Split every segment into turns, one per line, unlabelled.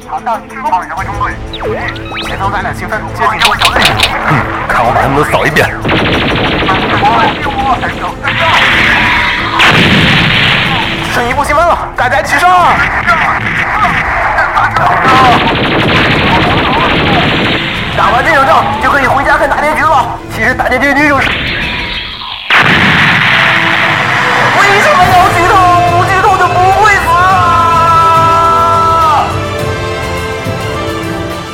调到你对方指挥中队。前方咱俩清分，接近中小队。
看我把他们都扫一遍。
剩一步积分了，大家齐上！打完这场仗就可以回家看大结局了。其实大结局就是……为什么要剧透？不剧透就不会死啊！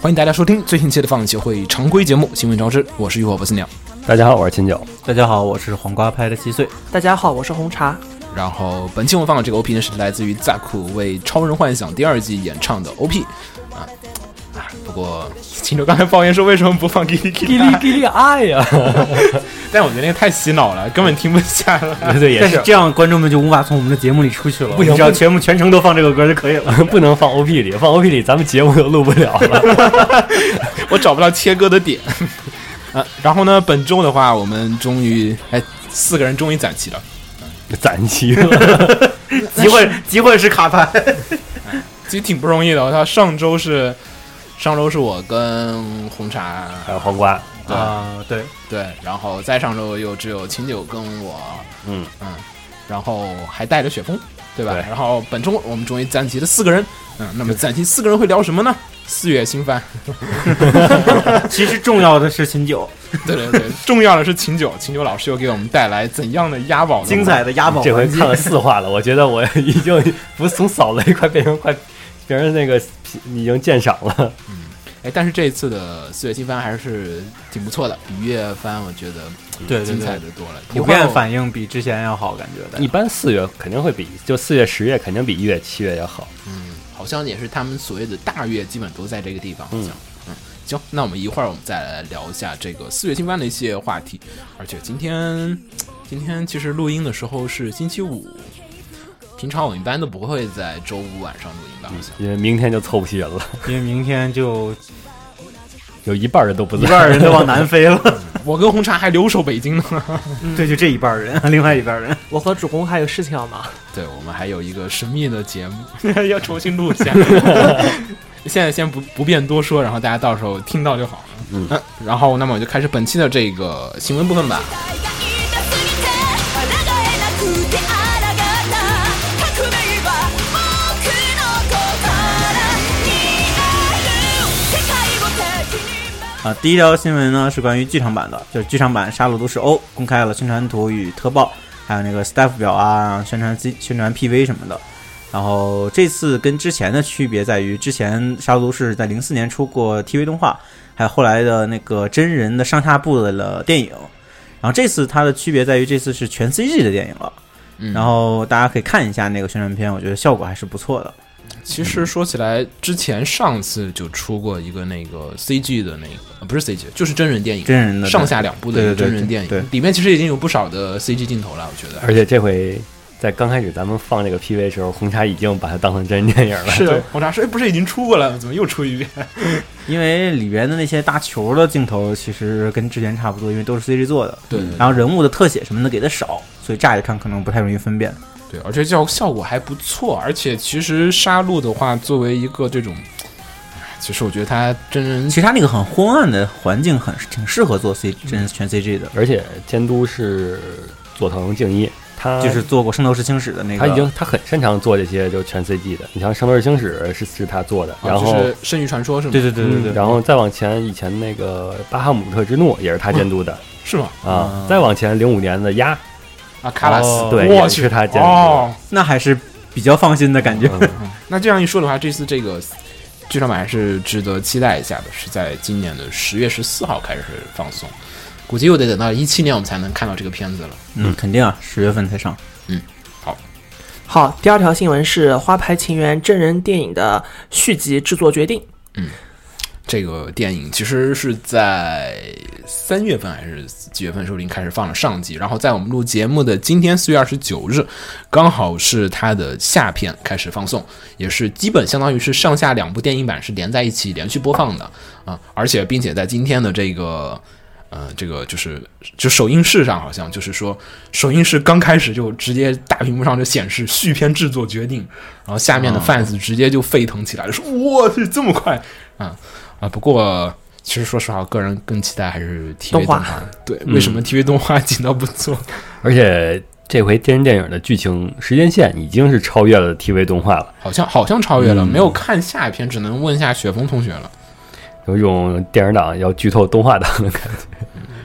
欢迎大家收听最新期的放映协会常规节目《新闻招之》，我是浴火不死鸟。
大家好，我是秦 九。
大家好，我是黄瓜拍的七岁。
大家好，我是红茶。
然后本期我们放的这个 OP 呢，是来自于 Zaku 为《超人幻想》第二季演唱的 OP 啊。啊不过秦九刚才抱怨说为什么不放《Gili Gili》，
叽哩爱呀，
但我觉得那个太洗脑了，根本听不下 了。
对，也
但
是
是
这样，观众们就无法从我们的节目里出去了。
不行
你只要全部全程都放这个歌就可以了。
不能放 OP 里，放 OP 里咱们节目都录不了了。
我找不到切割的点。啊，然后呢，本周的话，我们终于哎，四个人终于攒齐了。
攒 齐了，
集会集会是卡牌，
其实挺不容易的。他上周是上周是我跟红茶
还哎有黄瓜，
啊，对，
对，然后再上周又只有秦九跟我，
嗯
嗯，然后还带着雪峰，对吧？
对
然后本周我们终于攒齐了四个人，嗯，那么攒齐四个人会聊什么呢？四月新 番，
其实重要的是秦九，
对对对，重要的是秦九，秦九老师又给我们带来怎样的押宝呢？
精彩的押宝
这回
环节
看了四话了，我觉得我已经不是从扫雷快变成 快变成那个已经鉴赏了。
哎，但是这次的四月新番还是挺不错的，比一月番我觉得
对对
精彩
对，
的多了。
普遍反应比之前要好，感觉的
一。般四月肯定会比就四月十月肯定比一月七月要好。
嗯，好像也是他们所谓的大月，基本都在这个地方，好
嗯
像。嗯行，那我们一会儿我们再来聊一下这个四月新番的一些话题。而且今天，今天其实录音的时候是星期五，平常我们一般都不会在周五晚上录音的，好像。
因为明天就凑不齐人了，
因为明天就
有一半人都不在。
一半人都往南飞了，
我跟红茶还留守北京 呢。
对，就这一半人，另外一半人
我和主公还有事情要忙，
对，我们还有一个神秘的节目 要重新录一下。 现在先不不便多说，然后大家到时候听到就好了。
嗯
然后那么我就开始本期的这个新闻部分吧。
が痛すぎて抗えなくて抗った革命は僕の心にある世界を敵に回
啊。第一条新闻呢是关于剧场版的，就是剧场版《杀戮都市 O》公开了宣传图与特报，还有那个 staff 表啊、宣传 C、宣传 PV 什么的。然后这次跟之前的区别在于，之前《杀戮都市》在零四年出过 TV 动画，还有后来的那个真人的上下部的了电影。然后这次它的区别在于，这次是全 CG 的电影了。
嗯
然后大家可以看一下那个宣传片，我觉得效果还是不错的。
其
嗯
实说起来，之前上次就出过一个那个 CG 的那个，呃不是 CG，就是真人电影，
真人的
上下两部的一个
对对对
真人电影，
对
里面其实已经有不少的 CG 镜头了，我觉得。
而且这回在刚开始咱们放这个 PV 的时候，红茶已经把它当成真人电影了。
啊
是，红茶说：“哎，不是已经出过了，怎么又出一 遍
因为里边的那些大球的镜头其实跟之前差不多，因为都是 CG 做的。？”
对，
然后人物的特写什么的给的少，所以乍一看可能不太容易分辨。
对，而且效效果还不错，而且其实杀戮的话，作为一个这种，哎其实我觉得它真人
其实它那个很昏暗的环境很挺适合做 C 真
嗯
全 CG 的，
而且监督是佐藤敬一，他
就是做过《圣斗士星矢》的那个。
他已经他很擅长做这些就全 CG 的。你像《圣斗士星矢》是是他做的，
啊
然后、
就是《圣域传说》是吗？
对对对对对，
嗯然后再往前，以前那个《巴哈姆特之怒》也是他监督的、
是吗？
啊
嗯。
再往前，零五年的《鸭
啊，卡拉斯，
哦
对
我
也
去，
是他监督的
哦，
那还是比较放心的感觉。》
嗯，
那这样一说的话，这次这个剧场版还是值得期待一下的，是在今年的十月十四号开始放送，估计又得等到一七年我们才能看到这个片子了。
嗯，肯定啊，十月份才上。
好，第二条新闻是《花牌情缘》真人电影的续集制作决定。
嗯，这个电影其实是在三月份还是几月份，说不定开始放了上集。然后在我们录节目的今天，四月二十九日，刚好是它的下片开始放送，也是基本相当于是上下两部电影版是连在一起连续播放的啊，而且并且在今天的这个。呃，这个就是就首映式上好像就是说，首映式刚开始就直接大屏幕上就显示续片制作决定，然后下面的 fans 直接就沸腾起来了，说哇，这这么快啊啊！不过其实说实话，我个人更期待还是 TV 动
动画
对，为什么 TV 动画 紧到不做？
而且这回真人电影的剧情时间线已经是超越了 TV 动画了，
好像好像超
嗯
越了，没有看下一篇，只能问一下雪峰同学了。
有一种电影党要剧透动画党的感觉，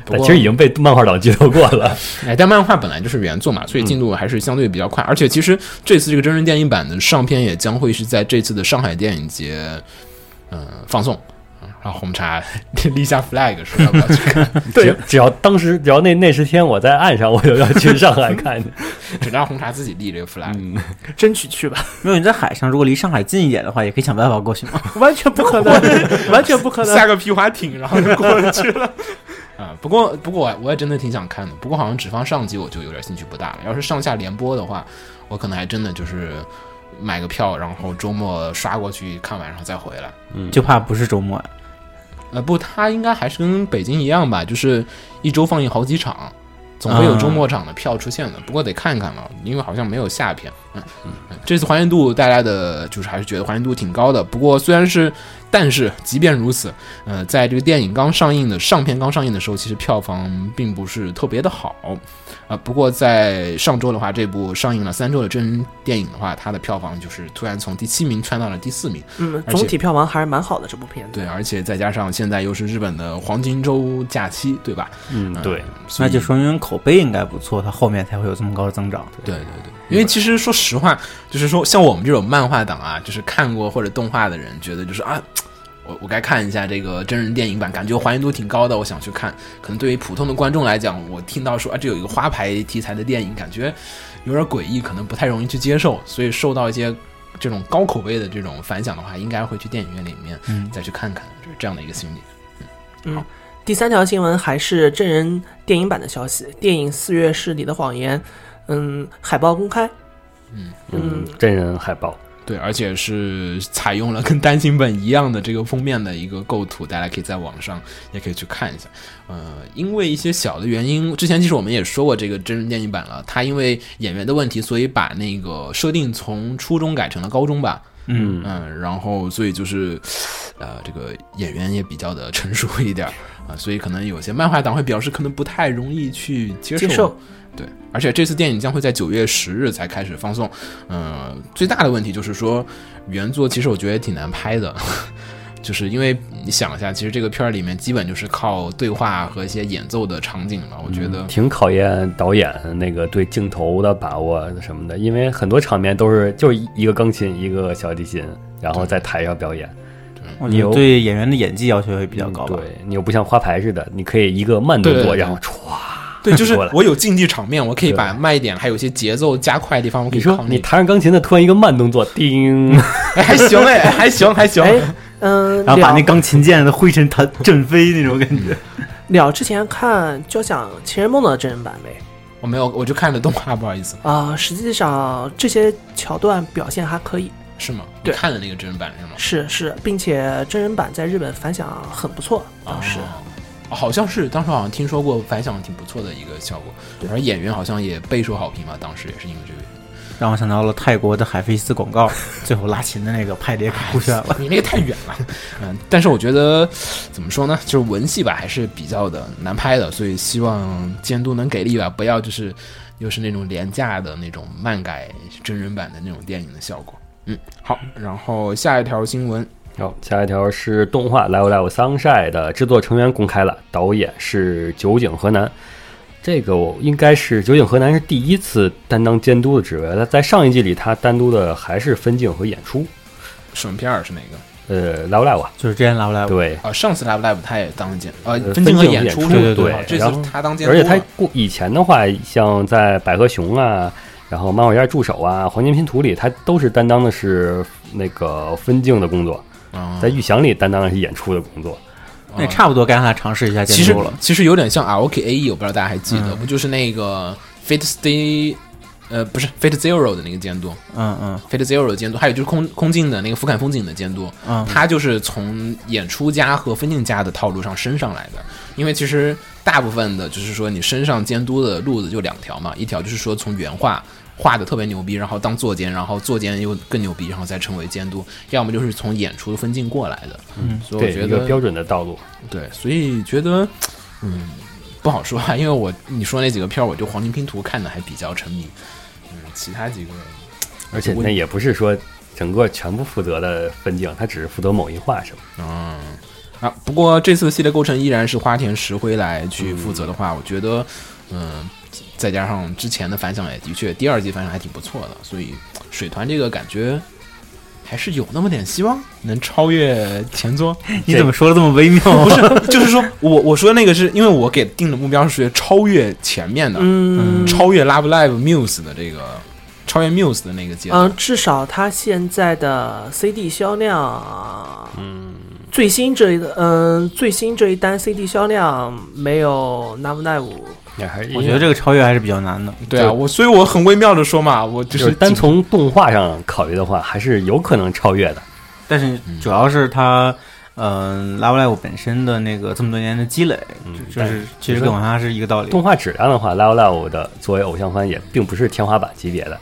不
但
过
其实已经被漫画党剧透过了。
哎，但漫画本来就是原作嘛，所以进度还是相对比较快。而且其实这次这个真人电影版的上片也将会是在这次的上海电影节，嗯、放 送。嗯然后红茶立下 flag 说要不要去 看，
对，只要当时只要那那十天我在岸上，我就要去上海看 去。
只能让红茶自己立这个 flag。
争取去吧，
没有你在海上，如果离上海近一点的话，也可以想办法过去嘛。
完全不可 能，完全不可 能。
下个皮划艇，然后就过去了。 啊，不过不过我我也真的挺想看的，不过好像只放上集我就有点兴趣不大了。要是上下联播的话，我可能还真的就是买个票，然后周末刷过去看完，然后再回来。
嗯
就怕不是周末呀。
呃，不，它应该还是跟北京一样吧，就是一周放映好几场，总会有周末场的票出现的。不过得看看了，因为好像没有下片。嗯嗯，这次还原度大家的，就是还是觉得还原度挺高的。不过虽然是，但是即便如此，呃，在这个电影刚上映的上片刚上映的时候，其实票房并不是特别的好。啊、不过在上周的话，这部上映了三周的真人电影的话，它的票房就是突然从第七名窜到了第四名。
嗯，
而且
总体票房还是蛮好的这部片子。
对，而且再加上现在又是日本的黄金周假期，对吧？
嗯，对，
所
那
以
就说明口碑应该不错，它后面才会有这么高的增长。
对对对，因为其实说实话，就是说像我们这种漫画党啊，就是看过或者动画的人，觉得就是啊，我我该看一下这个真人电影版，感觉还原度挺高的，我想去看。可能对于普通的观众来讲，我听到说啊，这有一个花牌题材的电影，感觉有点诡异，可能不太容易去接受，所以受到一些。这种高口碑的这种反响的话，应该会去电影院里面再去看看，就是这样的一个心理。
第三条新闻还是真人电影版的消息，电影《四月是你的谎言》，嗯，海报公开，
嗯，真人海报，
对，而且是采用了跟单行本一样的这个封面的一个构图，大家可以在网上也可以去看一下。呃，因为一些小的原因，之前其实我们也说过这个真人电影版了，它因为演员的问题，所以把那个设定从初中改成了高中吧。
嗯
嗯，然后所以就是，呃，这个演员也比较的成熟一点儿啊、所以可能有些漫画党会表示可能不太容易去接受。
接受
对，而且这次电影将会在九月十日才开始放送。嗯、最大的问题就是说，原作其实我觉得挺难拍的， 就是因为你想一下，其实这个片儿里面基本就是靠对话和一些演奏的场景了。我觉得，
挺考验导演那个对镜头的把握什么的，因为很多场面都是就是一个钢琴，一个小提琴，然后在台上表演。
我觉得
有嗯
对演员的演技要求会比较高吧。
对你又不像花牌似的，你可以一个慢动
对对
作，
对
然后歘。
对，就是
过来
我有竞技场面，我可以
对
把慢一点，还有一些节奏加快的地方，我可以
你
靠
说
那
你
个。
弹上钢琴的，突然一个慢动作，叮，
哎， 还行哎，还 行还行。
哎，嗯，
然后把那
了
钢琴键的灰尘弹震飞那种感觉，
了之前看《交响情人梦》的真人版没？
我没有，我就看了动画，不好意思，
啊、实际上这些桥段表现还可以，
是吗？
对
你看了那个真人版是吗？
是是，并且真人版在日本反响很不错，当时、
哦好像是，当时好像听说过反响挺不错的一个效果，而演员好像也备受好评嘛，当时也是因为这个原因。
让我想到了泰国的海飞丝广 告，最后拉琴的那个派的也可酷炫了。
你那个太远了，嗯，但是我觉得怎么说呢，就是文戏吧还是比较的难拍的，所以希望监督能给力吧，不要就是又是那种廉价的那种漫改真人版的那种电影的效果。嗯，好，然后下一条新闻，
好，下一条是动画《Live Live Sunshine》的制作成员公开了，导演是酒井河南。这个我应该是酒井河南是第一次担当监督的职位，他在上一季里他单独的还是分镜和演出。
什么片儿是哪个？
呃，Live Live 啊，
就是之前拉不来，
对，
啊，上次 Live Live 他也当监，呃，
呃
分镜和
分镜和
演
演
出
出
是吧
对
这
然后
次他当监督
而
了，
且他过以前的话，像在百合熊啊，然后漫画家助手啊，黄金拼图里，他都是担当的是那个分镜的工作。
啊
在《预想》里担当的是演出的工作。
那也差不多该让他尝试一下
其
监
实
督了。
其实有点像 R O K A E，我不知道大家还记得不？就是那个 Fate Stay，呃，不是 Fate Zero 的那个监督
嗯嗯
，Fate Zero 的监督，还有就是空空镜的那个俯瞰风景的监督，
嗯
他就是从演出家和分镜家的套路上升上来的。因为其实大部分的就是说你身上监督的路子就两条嘛，一条就是说从原画。画的特别牛逼，然后当坐监，然后坐监又更牛逼，然后再成为监督，要么就是从演出分镜过来的。嗯，所以我
对，
觉
一
得
个标准的道路。
对，所以觉得，嗯，不好说啊，因为我你说那几个片儿，我就黄金拼图看的还比较沉迷，嗯，其他几个，
而且那也不是说整个全部负责的分镜，他只是负责某一画什么。
嗯，啊，不过这次的系列构成依然是花田石灰来去负责的话，我觉得，嗯，再加上之前的反响也的确，第二季反响还挺不错的，所以水团这个感觉还是有那么点希望能超越前 作。
你怎么说的这么微妙？嗯啊不是，
就是说我我说那个是因为我给定的目标是超越前面的，
嗯
超越 Love Live Muse 的这个，超越 Muse 的那个阶段。
嗯，至少它现在的 CD 销量，嗯，最新这一嗯最新这一单 CD 销量没有 Nav n a v
那还是
我觉得这个超越还是比较难的。
对啊，
就
我所以我很微妙的说嘛，我就
就是
是
单从动画上考虑的话，还是有可能超越的。
但是主要是他，嗯、拉布莱我本身的那个这么多年的积累，就就
但
是嗯其实跟往下是一个道理。
动画质量的话，《Love Love》的作为偶像番也并不是天花板级别的，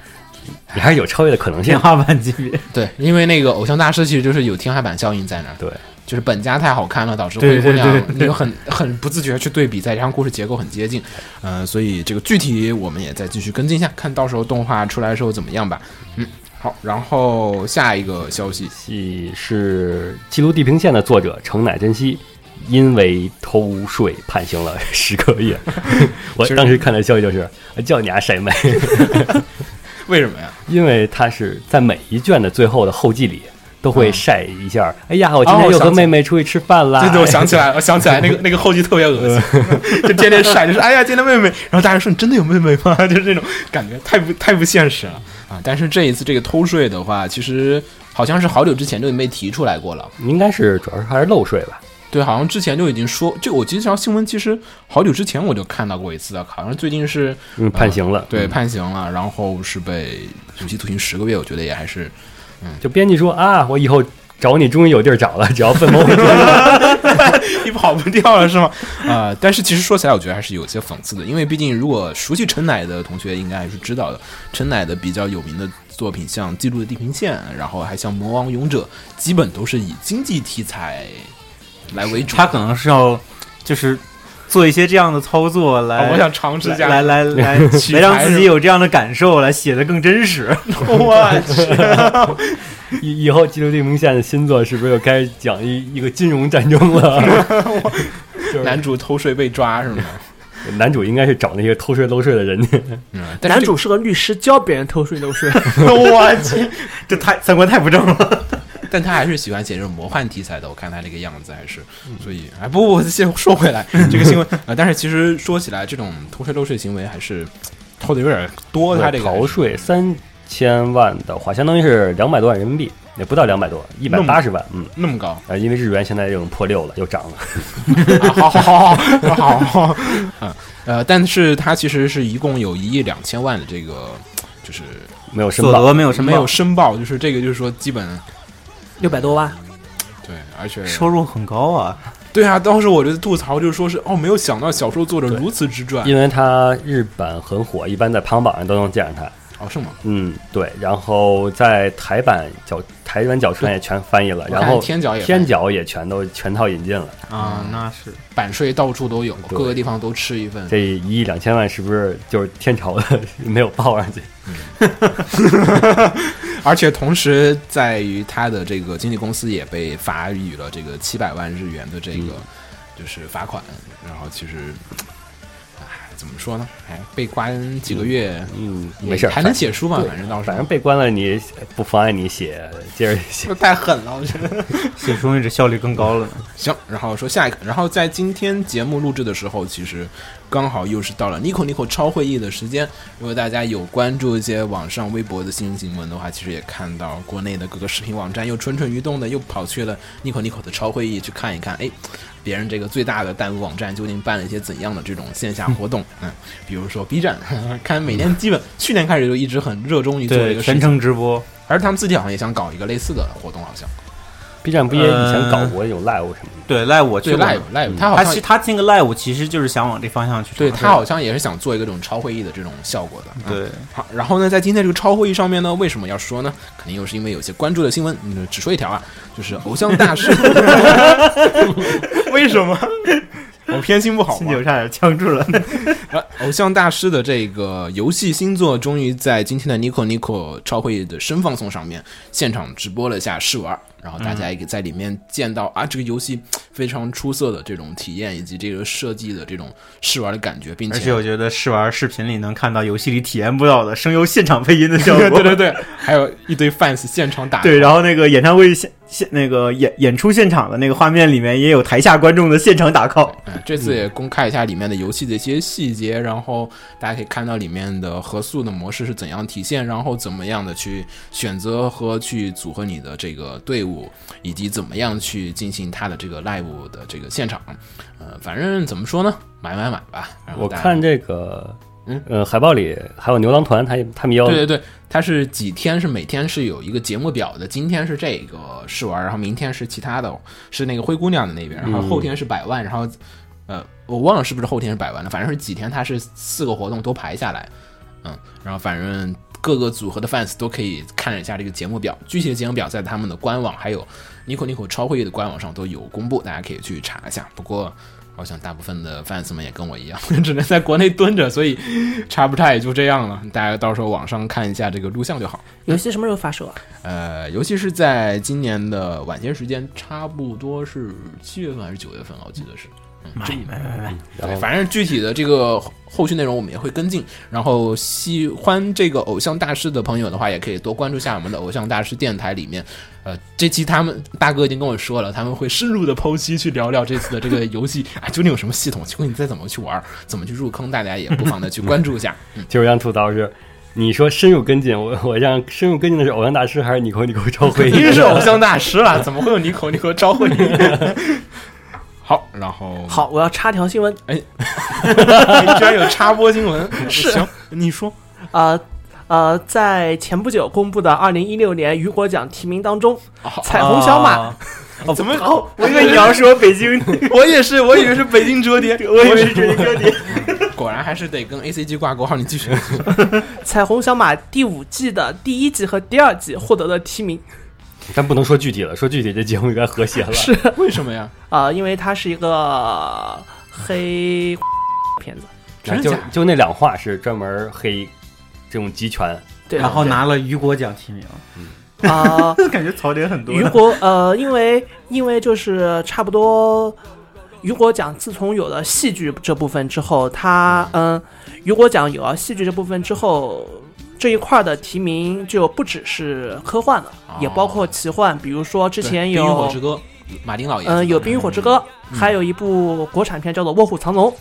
你还是有超越的可能性
天。花板级别，
对，因为那个偶像大师其实就是有天花板效应在那儿，
对，
就是本家太好看了，导致灰
对
姑
对
娘
对对
你就很 很不自觉去对比，再加上故事结构很接近，呃，所以这个具体我们也再继续跟进一下，看到时候动画出来的时候怎么样吧。嗯，好，然后下一个消息，
戏是《记录地平线》的作者城乃真希，因为偷税判刑了 十个 月。我当时看到消息就是，叫你啊，谁妹，
为什么呀？
因为他是在每一卷的最后的后记里都会
嗯
晒一下，哎呀，我今天
哦
又
想
和
起
妹妹出去吃饭啦。
对对，我想起来了，我想起来那个那个后期特别恶心， 就天天晒，就是哎呀，今天妹妹，然后大家说你真的有妹妹吗？ 就是这种感觉，太不太不现实了啊！但是这一次这个偷税的话，其实好像是好久之前就已经被提出来过了，
应该是主要是还是漏税吧。
对，好像之前就已经说，这个我记得这条新闻其实好久之前我就看到过一次了，好像最近是
嗯，判刑了。
啊对判刑了，然后是被有期徒刑十个月，我觉得也还是
就编辑说啊，我以后找你终于有地儿找了，只要分某
你跑不掉了是 吗？啊、但是其实说起来，我觉得还是有些讽刺的，因为毕竟如果熟悉陈乃的同学应该还是知道的，陈乃的比较有名的作品像《记录的地平线》，啊然后还像《魔王勇者》，基本都是以经济题材来为主。
他可能是要就是做一些这样的操作
啊
来，
我想 尝试一下，
来来来来
取材
来让自
是吧
己有这样的感受，来写的更真实。
我去，
以以后《记录地平线》的新作是不是又开始讲一一个金融战争了？
男主偷税被抓是吗？
男主应该是找那些偷税漏税的人去。
嗯，但是
男主是个律师，教别人偷税漏 税。
我去，这太三观太不正了。
这个但他还是喜欢写这种魔幻题材的，我看他这个样子还是，所以哎，不不，先说回来这个新 闻啊、呃但是其实说起来，这种偷税漏税行为还是偷的有点多，他这个还是
逃税三千万的话，相当于是两百多万人民币，也不到两百多，一百
那
八
么
十万。嗯，
那么高，
啊，因为日元现在已经破六了，又涨了。
啊、好好好好好好，嗯呃，但是它其实是一共有一亿两千万的这个，就是
没有申
索
报
罗，没有什么
没有申报，就是这个就是说基本
六百多万，
对，而且
收入很高啊，
对啊，当时我就吐槽就是说是哦，没有想到小说作者如此之赚，
因为它日本很火，一般在排行榜上都能见着它。
哦是吗？
嗯，对，然后在台版角台版角川也全翻译了，
我看
然后
天角也翻译
天角也全都全套引进了。
啊，那是
版税到处都有，
对
各个地方都吃一份。
这一亿两千万是不是就是天朝的 没有报上去？
而且同时，在于他的这个经纪公司也被罚予了这个七百万日元的这个
嗯
就是罚款，然后其实，唉，怎么说呢？哎，被关几个月，
嗯，
也
没事儿，
还能写书嘛？
对
反正到时
反
候
正被关了你不妨碍你写，接着写。
这太狠了，我觉得。
写书这效率更高了呢。
行，然后说下一个，然后在今天节目录制的时候，其实刚好又是到了 Nico Nico 超会议的时间。如果大家有关注一些网上微博的新新闻的话，其实也看到国内的各个视频网站又蠢蠢欲动的又跑去了 Nico Nico 的超会议去看一看，哎，别人这个最大的弹幕网站究竟办了一些怎样的这种线下活动？嗯，比如说 B 站，看每年基本去年开始就一直很热衷于做这
对，
个事
全
情，
程直播。
而他们自己好像也想搞一个类似的活动，好像
B 站不也以前搞
呃
过有 live 什么的？
对，live 我去
对
过
live live，他好
他是
像
他进个 live 其实就是想往这方向去尝试
对
的。
他好像也是想做一个这种超会议的这种效果的，嗯
嗯对，
好，然后呢，在今天这个超会议上面呢，为什么要说呢？肯定又是因为有些关注的新闻，嗯，只说一条啊，就是偶像大 师。为什么？我偏心不好
心
吗
里？我差点呛住了。
啊偶像大师的这个游戏新作，终于在今天的 Nico Nico 超会议的深放送上面现场直播了一下试玩，然后大家也在里面见到啊，这个游戏非常出色的这种体验以及这个设计的这种试玩的感觉，并
而且我
且。
觉得试玩视频里能看到游戏里体验不到的声优现场配音的效 果。
对对对，还有一堆 fans 现场打
对，然后那个演唱会现现那个演演出现场的那个画面里面也有台下观众的现场打 call。
嗯，这次也公开一下里面的游戏的一些细节，然后大家可以看到里面的合宿的模式是怎样体现，然后怎么样的去选择和去组合你的这个队伍，以及怎么样去进行它的这个 live 的这个现场。呃，反正怎么说呢，买买买吧。然后
我
大家
看这个
嗯，
呃，海报里还有牛郎团，他也他们也要
对对对，它是几天是每天是有一个节目表的，今天是这个试玩，然后明天是其他的，是那个灰姑娘的那边，然后后天是百万，然后呃，我忘了是不是后天是百万了，反正是几天，它是四个活动都排下来，嗯，然后反正各个组合的 fans 都可以看一下这个节目表，具体的节目表在他们的官网还有 Nico Nico 超会议的官网上都有公布，大家可以去查一下。不过。我想大部分的 fans 们也跟我一样， 只能在国内蹲着，所以差不差也就这样了。大家到时候网上看一下这个录像就好。
游戏什么时候发售啊？
呃，尤其是在今年的晚些时间，差不多是七月份还是九月份了，我记得是。嗯，这对，反正具体的这个后后续内容我们也会跟进。然后喜欢这个偶像大师的朋友的话，也可以多关注下我们的偶像大师电台里面。呃，这期他们大哥已经跟我说了，他们会深入的剖析去聊聊这次的这个游戏，哎，究竟有什么系统， 究竟你再怎么去玩，怎么去入坑，大家也不妨的去关注一 下。
就是让吐槽是，你说深入跟进，我我让深入跟进的是偶像大师还是你口你口超会议？
肯 定是偶像大师了，怎么会有你口你口招会？ 好，然后，
好，我要插条新闻，
你居然有插播新闻，行，你说，
呃呃，在前不久公布的二零一六年雨果奖提名当中，
哦
彩虹小马、
啊怎么？哦，我以为你要说北京，
我也是，我以为是北京折叠，
我以为是这个点。
果然还是得跟 A C G 挂钩。好，你继续。
彩虹小马第五季的第一季和第二季获得了提名，
咱不能说具体了，说具体这节目应该和谐了。
是
为什么呀？
啊、因为它是一个黑片子，
哎
真
就
假？
就那两话是专门黑这种集权，
对，
然后
对
拿了雨果奖提 名，
啊。
感觉槽点很多。
雨果，呃，因为因为就是差不多，雨果奖自从有了戏剧这部分之后，它嗯，雨果奖有了戏剧这部分之后，这一块儿的提名就不只是科幻了，也包括奇幻，比如说之
之
前
冰与火
有
之歌》，马丁老爷，
嗯有《冰与火之歌》，还有一部国产片叫做《卧虎藏龙》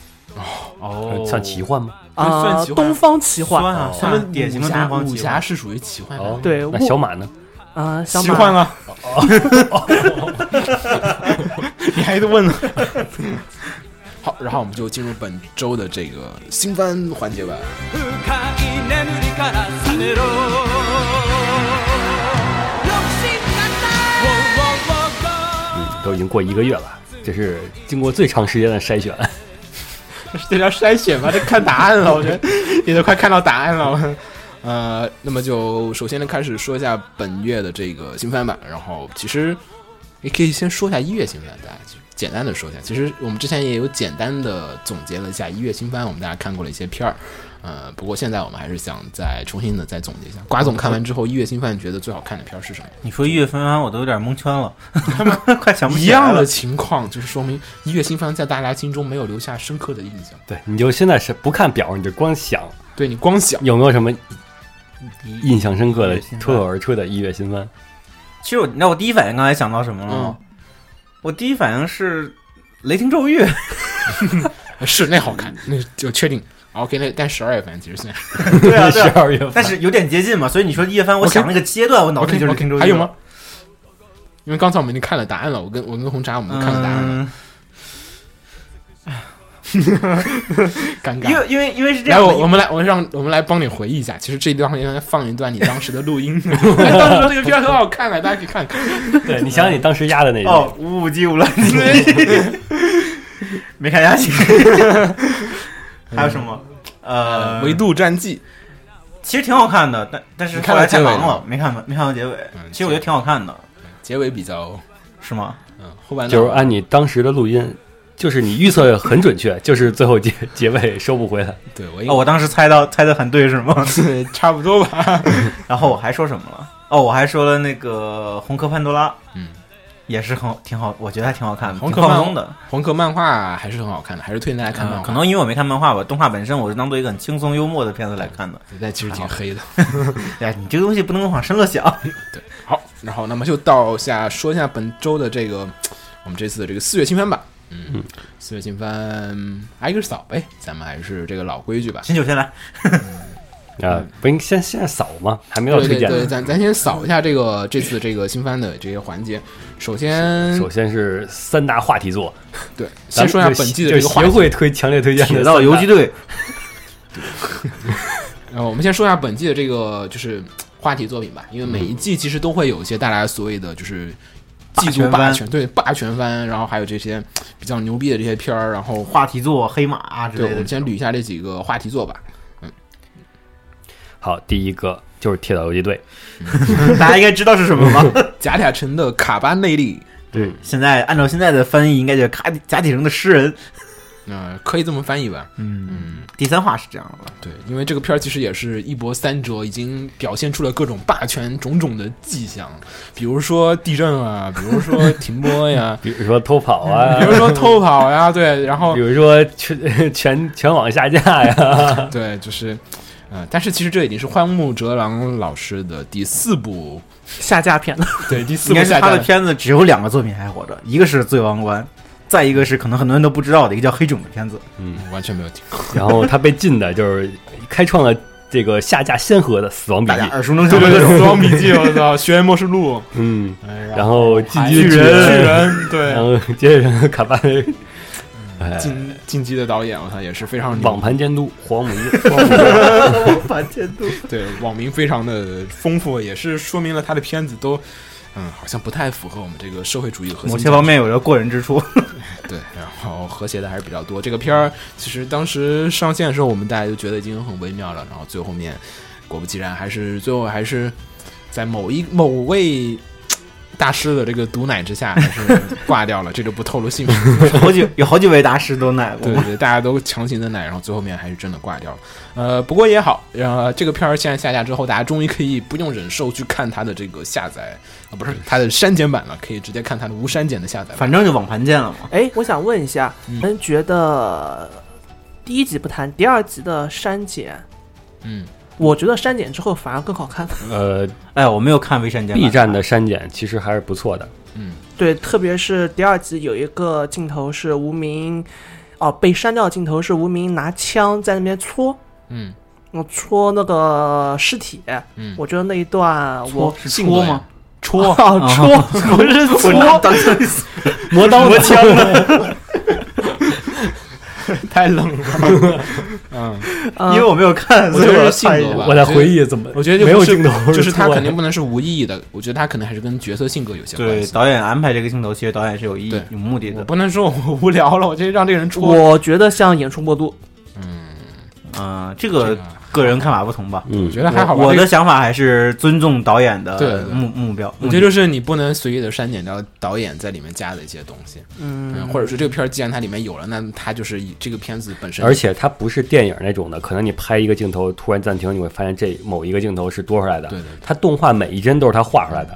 哦
算奇幻吗？
嗯
啊
算，奇幻
东方奇幻
算啊，
哦
算
他
啊
们
典型的
武侠
东方
武
奇
侠
幻。
是属于奇幻
哦
的，，
对
那
我
小马呢？
啊，小
奇
马
幻了。你还得问呢。好，然后我们就进入本周的这个新番环节吧。
深い眠りから覚めろ
都已经过一个月了，这是经过最长时间的筛选。
这叫筛选吧，这看答案了，我觉得也都快看到答案了。呃，那么就首先呢，开始说一下本月的这个新番吧。然后其实也可以先说一下一月新番，大家就简单的说一下。其实我们之前也有简单的总结了一下一月新番，我们大家看过了一些片儿。呃，不过现在我们还是想再重新的再总结一下。瓜总看完之后，一月新番觉得最好看的片儿是什么？
你说一月份啊番，我都有点蒙圈 了，快想不
一
起来
样的
了。
情况，就是说明一月新番在大家心中没有留下深刻的印象。
对，你就现在是不看表，你就光想
对你光想，
有没有什么印象深刻
一
的
月新番
脱口而出的一月新 番？
其实我，你知道我第一反应刚才嗯想到什么了吗？我第一反应是《雷霆咒域》
是那好
嗯
看，那就确定。OK，那啊但十二月份其实现在
对啊，对
十
啊。
二月份，
但是有点接近嘛，所以你说夜翻，我想那个阶段，我脑子
OK
里就是
OK，
听周
还有吗？？因为刚才我们已经看了答案了，我跟我跟红茶我们都看了答案了，
嗯，
尴
因
尬。
为因为因为是这
来，
样的，
我我们来，我让我们来帮你回忆一下。其实这一段应该放一段你当时的录 音， 当时这个片儿很好看啊的，大家可以看看。
对你想想你当时压的那个，
哦，五五 G 无乱机，没看 下去。还有什么？呃，
嗯维度战记》
其实挺好看的，但但是
你看
后
到
来
结
太
尾
忙
了
了，没看没看到结尾。
嗯
其实我觉得挺好看的，
结尾比较，
是吗？
嗯，后半段
啊
就是按你当时的录音，就是你预测得很准确，就是最后结结尾收不回来。
对我应
哦，我当时猜到猜的很对是吗？
对 差不多吧。
然后我还说什么了？哦，我还说了那个《红客潘多拉》，
嗯，
也是很挺好，我觉得还挺好看的，
红
挺
客
放
漫
松的。
红客漫画还是很好看的，还是推荐大家看漫
嗯
画。
可能因为我没看漫画吧，动画本身我是当做一个很轻松幽默的片子来看的。
但其实挺黑的。嗯
哎呀，你这个东西不能往深了想。
好，然后那么就到下说一下本周的这个我们这次的这个四月新番吧。嗯，四月新番挨个扫呗，咱们还是这个老规矩吧。
秦九先来，
啊，不应现现在扫吗？还没有
对
推
对
荐
嗯对，
呢。
咱咱先扫一下这个这次这个新番的这些环节。首先，
首先是三大话题作，
对，先说一下
咱们
本季的
就
这
是
个
协
话题。
会推强烈推荐的
铁道游击
队，
队，
呃，我们先说一下本季的这个就是话题作品吧，因为每一季其实都会有一些带来所谓的就是季度
霸权
霸
番
权，对霸权番，然后还有这些比较牛逼的这些片儿，然后
话题作、黑马啊之
对，
类
我
的
们。先捋一下这几个话题作吧。
好，第一个就是铁道游击队，
大家应该知道是什么吧？
贾甲辰的卡巴内利，
嗯，，
现在按照现在的翻译，应该就是卡贾铁城的诗人。
呃，可以这么翻译吧？
嗯，第三话是这样的吧？
对，因为这个片儿其实也是一波三折，已经表现出了各种霸权种种的迹象，比如说地震啊，比如说停播呀
比如说偷跑啊
比，如说偷跑呀，对，然后
比如说全全全网下架呀，
对，就是，呃，但是其实这已经是荒木哲郎老师的第四部，
下架片了。
对，第四部
应该是
下
他
架
的。片子只有两个作品还活着，一个是《醉王冠》，再一个是可能很多人都不知道的一个叫《黑囧》的片子。
嗯完全没有听过，
然后他被禁的就是开创了这个下架先河的《死亡笔
大
记
家》，耳熟能
对
详
对
的
对，
这
《
种。
死亡笔记》，我操，《学院末世录》
嗯，
哎，
然后进击
巨
的巨
巨
人，
人，对
然，后接着卡巴内哎
进进击的导演，我操，也是非常
网
牛，
盘监督黄母一，黄母一
把监督
对网名非常的丰富，也是说明了他的片子都，嗯，好像不太符合我们这个社会主义核心
某
价值。
些方面有着过人 之处。
对，然后和谐的还是比较多。这个片儿其实当时上线的时候，我们大家就觉得已经很微妙了，然后最后面果不其然，还是最后还是在某一某位。大师的这个毒奶之下，还是挂掉了，这就不透露姓名。
好几有好几位大师都奶过
对对，对，大家都强行的奶，然后最后面还是真的挂掉了。呃，不过也好，呃，这个片儿现在下架之后，大家终于可以不用忍受去看它的这个下载啊、不是它的删减版了，可以直接看它的无删减的下载版。
反正就网盘见了嘛。
哎，我想问一下，
嗯
你们觉得第一集不谈，第二集的删减，
嗯，
我觉得删减之后反而更好看。
呃
哎，我没有看《微山间》
，B 站的删减其实还是 不错的，
对，特别是第二集有一个镜头是无名，哦，被删掉的镜头是无名拿枪在那边搓，
嗯，
嗯搓那个尸体，
嗯
我觉得那一段我
是
性格
搓
呀
吗？
搓搓不是搓，
磨刀磨枪
太冷了。嗯，
嗯
因为我没有看，
我
所以
觉得
我
是性
猜一
格
下
吧。
我在回忆怎么，
我觉得就
没
不
有
是
镜 头，
就是他肯定
错
不能是无意义的。我觉得他可能还是跟角色性格有些关
对
系。
导演安排这个镜头，其实导演是有意义
对、
有目的
我
的。
不能说我无聊了，我就让这个人戳。
我觉得像演出过度，
嗯，这
这
个
个啊
个人看法不同吧。
的，嗯
我，觉得还好吧。
我
这
的
个
想法还是尊重导演
对
的
对对
目目标。
我觉得就是你不能随意的删减掉导演在里面加的一些东西，嗯，
嗯，
或者说这个片儿既然它里面有了，那它就是以这个片子本身。
而且它不是电影那种的，可能你拍一个镜头突然暂停，你会发现这某一个镜头是多出来的，
对对对
它动画每一帧都是他画出来的，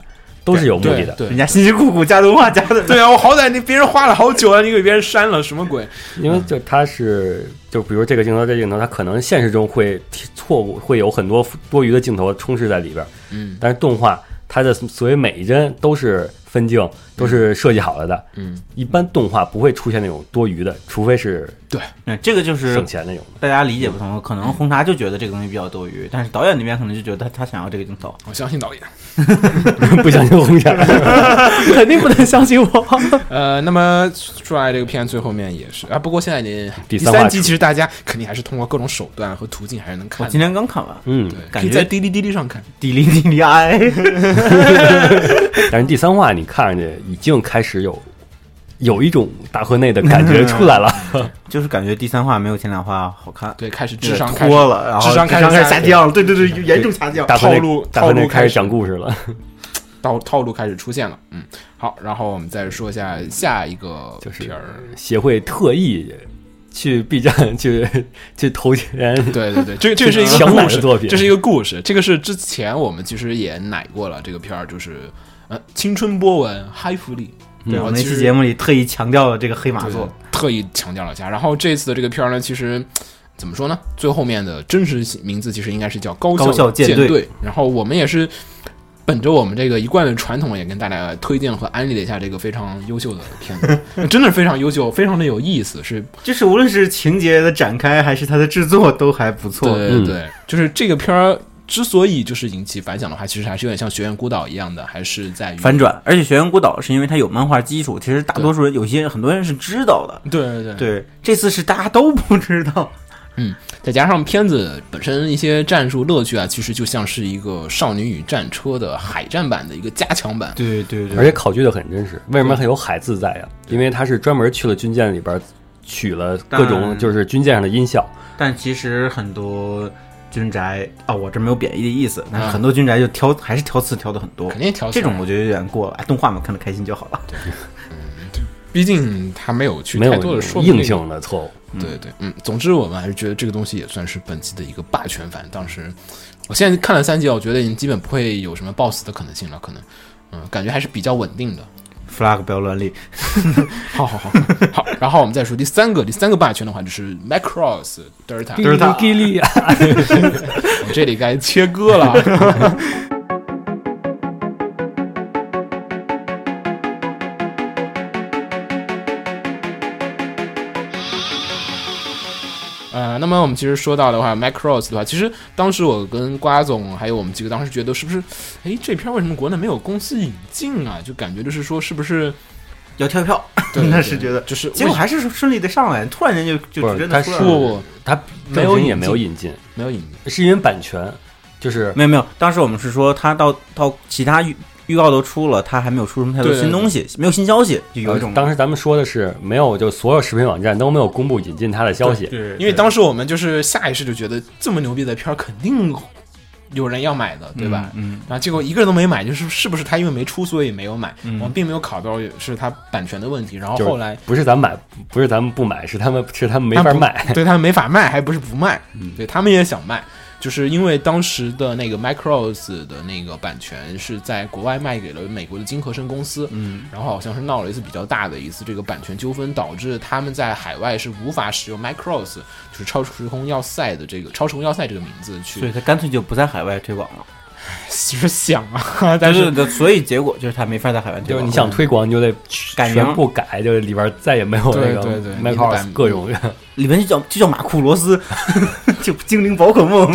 都是有目的的，
对
人
对
家辛辛苦苦加动画加的，
对啊，我好歹你别人花了好久啊了，你给别人删了，什么鬼？
因
嗯
为就它是，就比如这个镜头，这个镜头，它可能现实中会错误，会有很多多余的镜头充斥在里边儿。
嗯，
但是动画它的所谓每一帧都是分镜，都是设计好了的。
嗯，
一般动画不会出现那种多余的，除非是
对，
那嗯这个就是
省钱那种的。
大家理解不同，可能红茶就觉得这个东西比较多余，但是导演那边可能就觉得他他想要这个镜头。
我相信导演。
不相信红甲，
肯定不能相信我。
呃，那么说来这个片最后面也是啊，不过现在你
第
第
三话
三集
出
其实大家肯定还是通过各种手段和途径还是能看
我
的。
今天刚看完，
嗯，
对，
感
可以
觉
在滴哩滴哩上看。
滴 哩滴哩哎，
但是第三话你看上去已经开始有有一种大河内的感觉出来了。
嗯
就是感觉第三话没有前两话好看，
对，开始智商开始
脱了，然后
智商
开
开
始
始
下降了，对对对，严重下降。
大河内
套路
大河
套
内
路开
开
始
始讲故事了，
套套路开始出现了。嗯，好，然后我们再说一下下一个
就是
片儿。
协会特意去 B 站去去投钱，
对对对，这这是一个
强奶
故
的
事
作品
这是一个故事，这个是之前我们其实也奶过了这个片儿，就是呃青春波纹嗨福利，
对，
然
嗯我
后
们那
其
期
实
节目里特意强调了这个黑马
对
座，
特意强调了一下。然后这次的这个片儿呢，其实怎么说呢？最后面的真实名字其实应该是叫高
高校舰
舰
队
然后我们也是本着我们这个一贯的传统，也跟大家推荐和安利了一下这个非常优秀的片 子，真的是非常优秀，非常的有意思，是
就是无论是情节的展开还是它的制作都还不错。
对对对，就是这个片儿。之所以就是引起反响的话，其实还是有点像《学院孤岛》一样的，还是在于
反转，而且《学院孤岛》是因为它有漫画基础，其实大多数人有些很多人是知道的。
对对对
对，这次是大家都不知 道，
再加上片子本身一些战术乐趣啊，其实就像是一个《少女与战车》的海战版的一个加强版。
对对
而且考据的很真实。为什么还有海字在呀？因为他是专门去了军舰里边取了各种
但
就是军舰上的音效。
但其实很多军宅啊、我这没有贬义的意思，但是很多军宅就挑、还是挑刺挑的很多，
嗯肯定挑刺
这种我觉得有点过了，哎动画嘛看得开心就好了。
毕竟他没有去
没
太
有
多的说明
硬
这个。
性的错误，
对对，嗯，总之我们还是觉得这个东西也算是本期的一个霸权番。当时我现在看了三集啊，我觉得已经基本不会有什么 BOSS 的可能性了，可能，嗯，感觉还是比较稳定的。
flag 不要乱立，
好好好好，然后我们再说第三个，第三个霸权的话就是 Macross Delta，
是他
叽哩啊！
我这里该切割了。 呃，那么我们其实说到的话，Macross 的话，其实当时我跟瓜总还有我们几个当时觉得是不是，哎，这片儿为什么国内没有公司引进啊？就感觉就是说是不是，
要跳票，
对
那
对
是觉得，
就是
结果
为
还是顺利的上来，突然间就
不
就是真
他
的出来了。
是
不
他
没有
本身也
引
没有
进
引进，
没有引进，
是因为版权，就是
没有没有，当时我们是说他到到其他预预告都出了，他还没有出什么太多
对对
新东西，没有新消息，就有一
呃
种、
当时咱们说的是没有，就所有视频网站都没有公布引进它的消息。
对
因为当时我们就是下意识就觉得这么牛逼的片儿肯定有人要买的，对吧？
嗯，
然后结果一个人都没买，就是是不是他因为没出，所以没有买？
嗯
我们并没有考虑到是他版权的问题。然后
就是
后来
不是咱买，不是咱们不买，是他们是他们没
他
法
不
卖。
对他们没法卖，还不是不卖，嗯对他们也想卖，就是因为当时的那个 Micros 的那个版权是在国外卖给了美国的金和生公司，嗯，然后好像是闹了一次比较大的一次这个版权纠纷，导致他们在海外是无法使用 Micros，就是超时空要塞的这个超时空要塞这个名字去
所以他干脆就不在海外推广了。
其实想啊，但
对
是
对对所以结果就是他没法在海外推
就是
广。
你想推广，你就得全
改名
全部改，就是里边再也没有那
对
个
对对你
m
得
a c o
改
s 各种人。
里面就叫就叫马库罗斯， 就精灵宝可梦。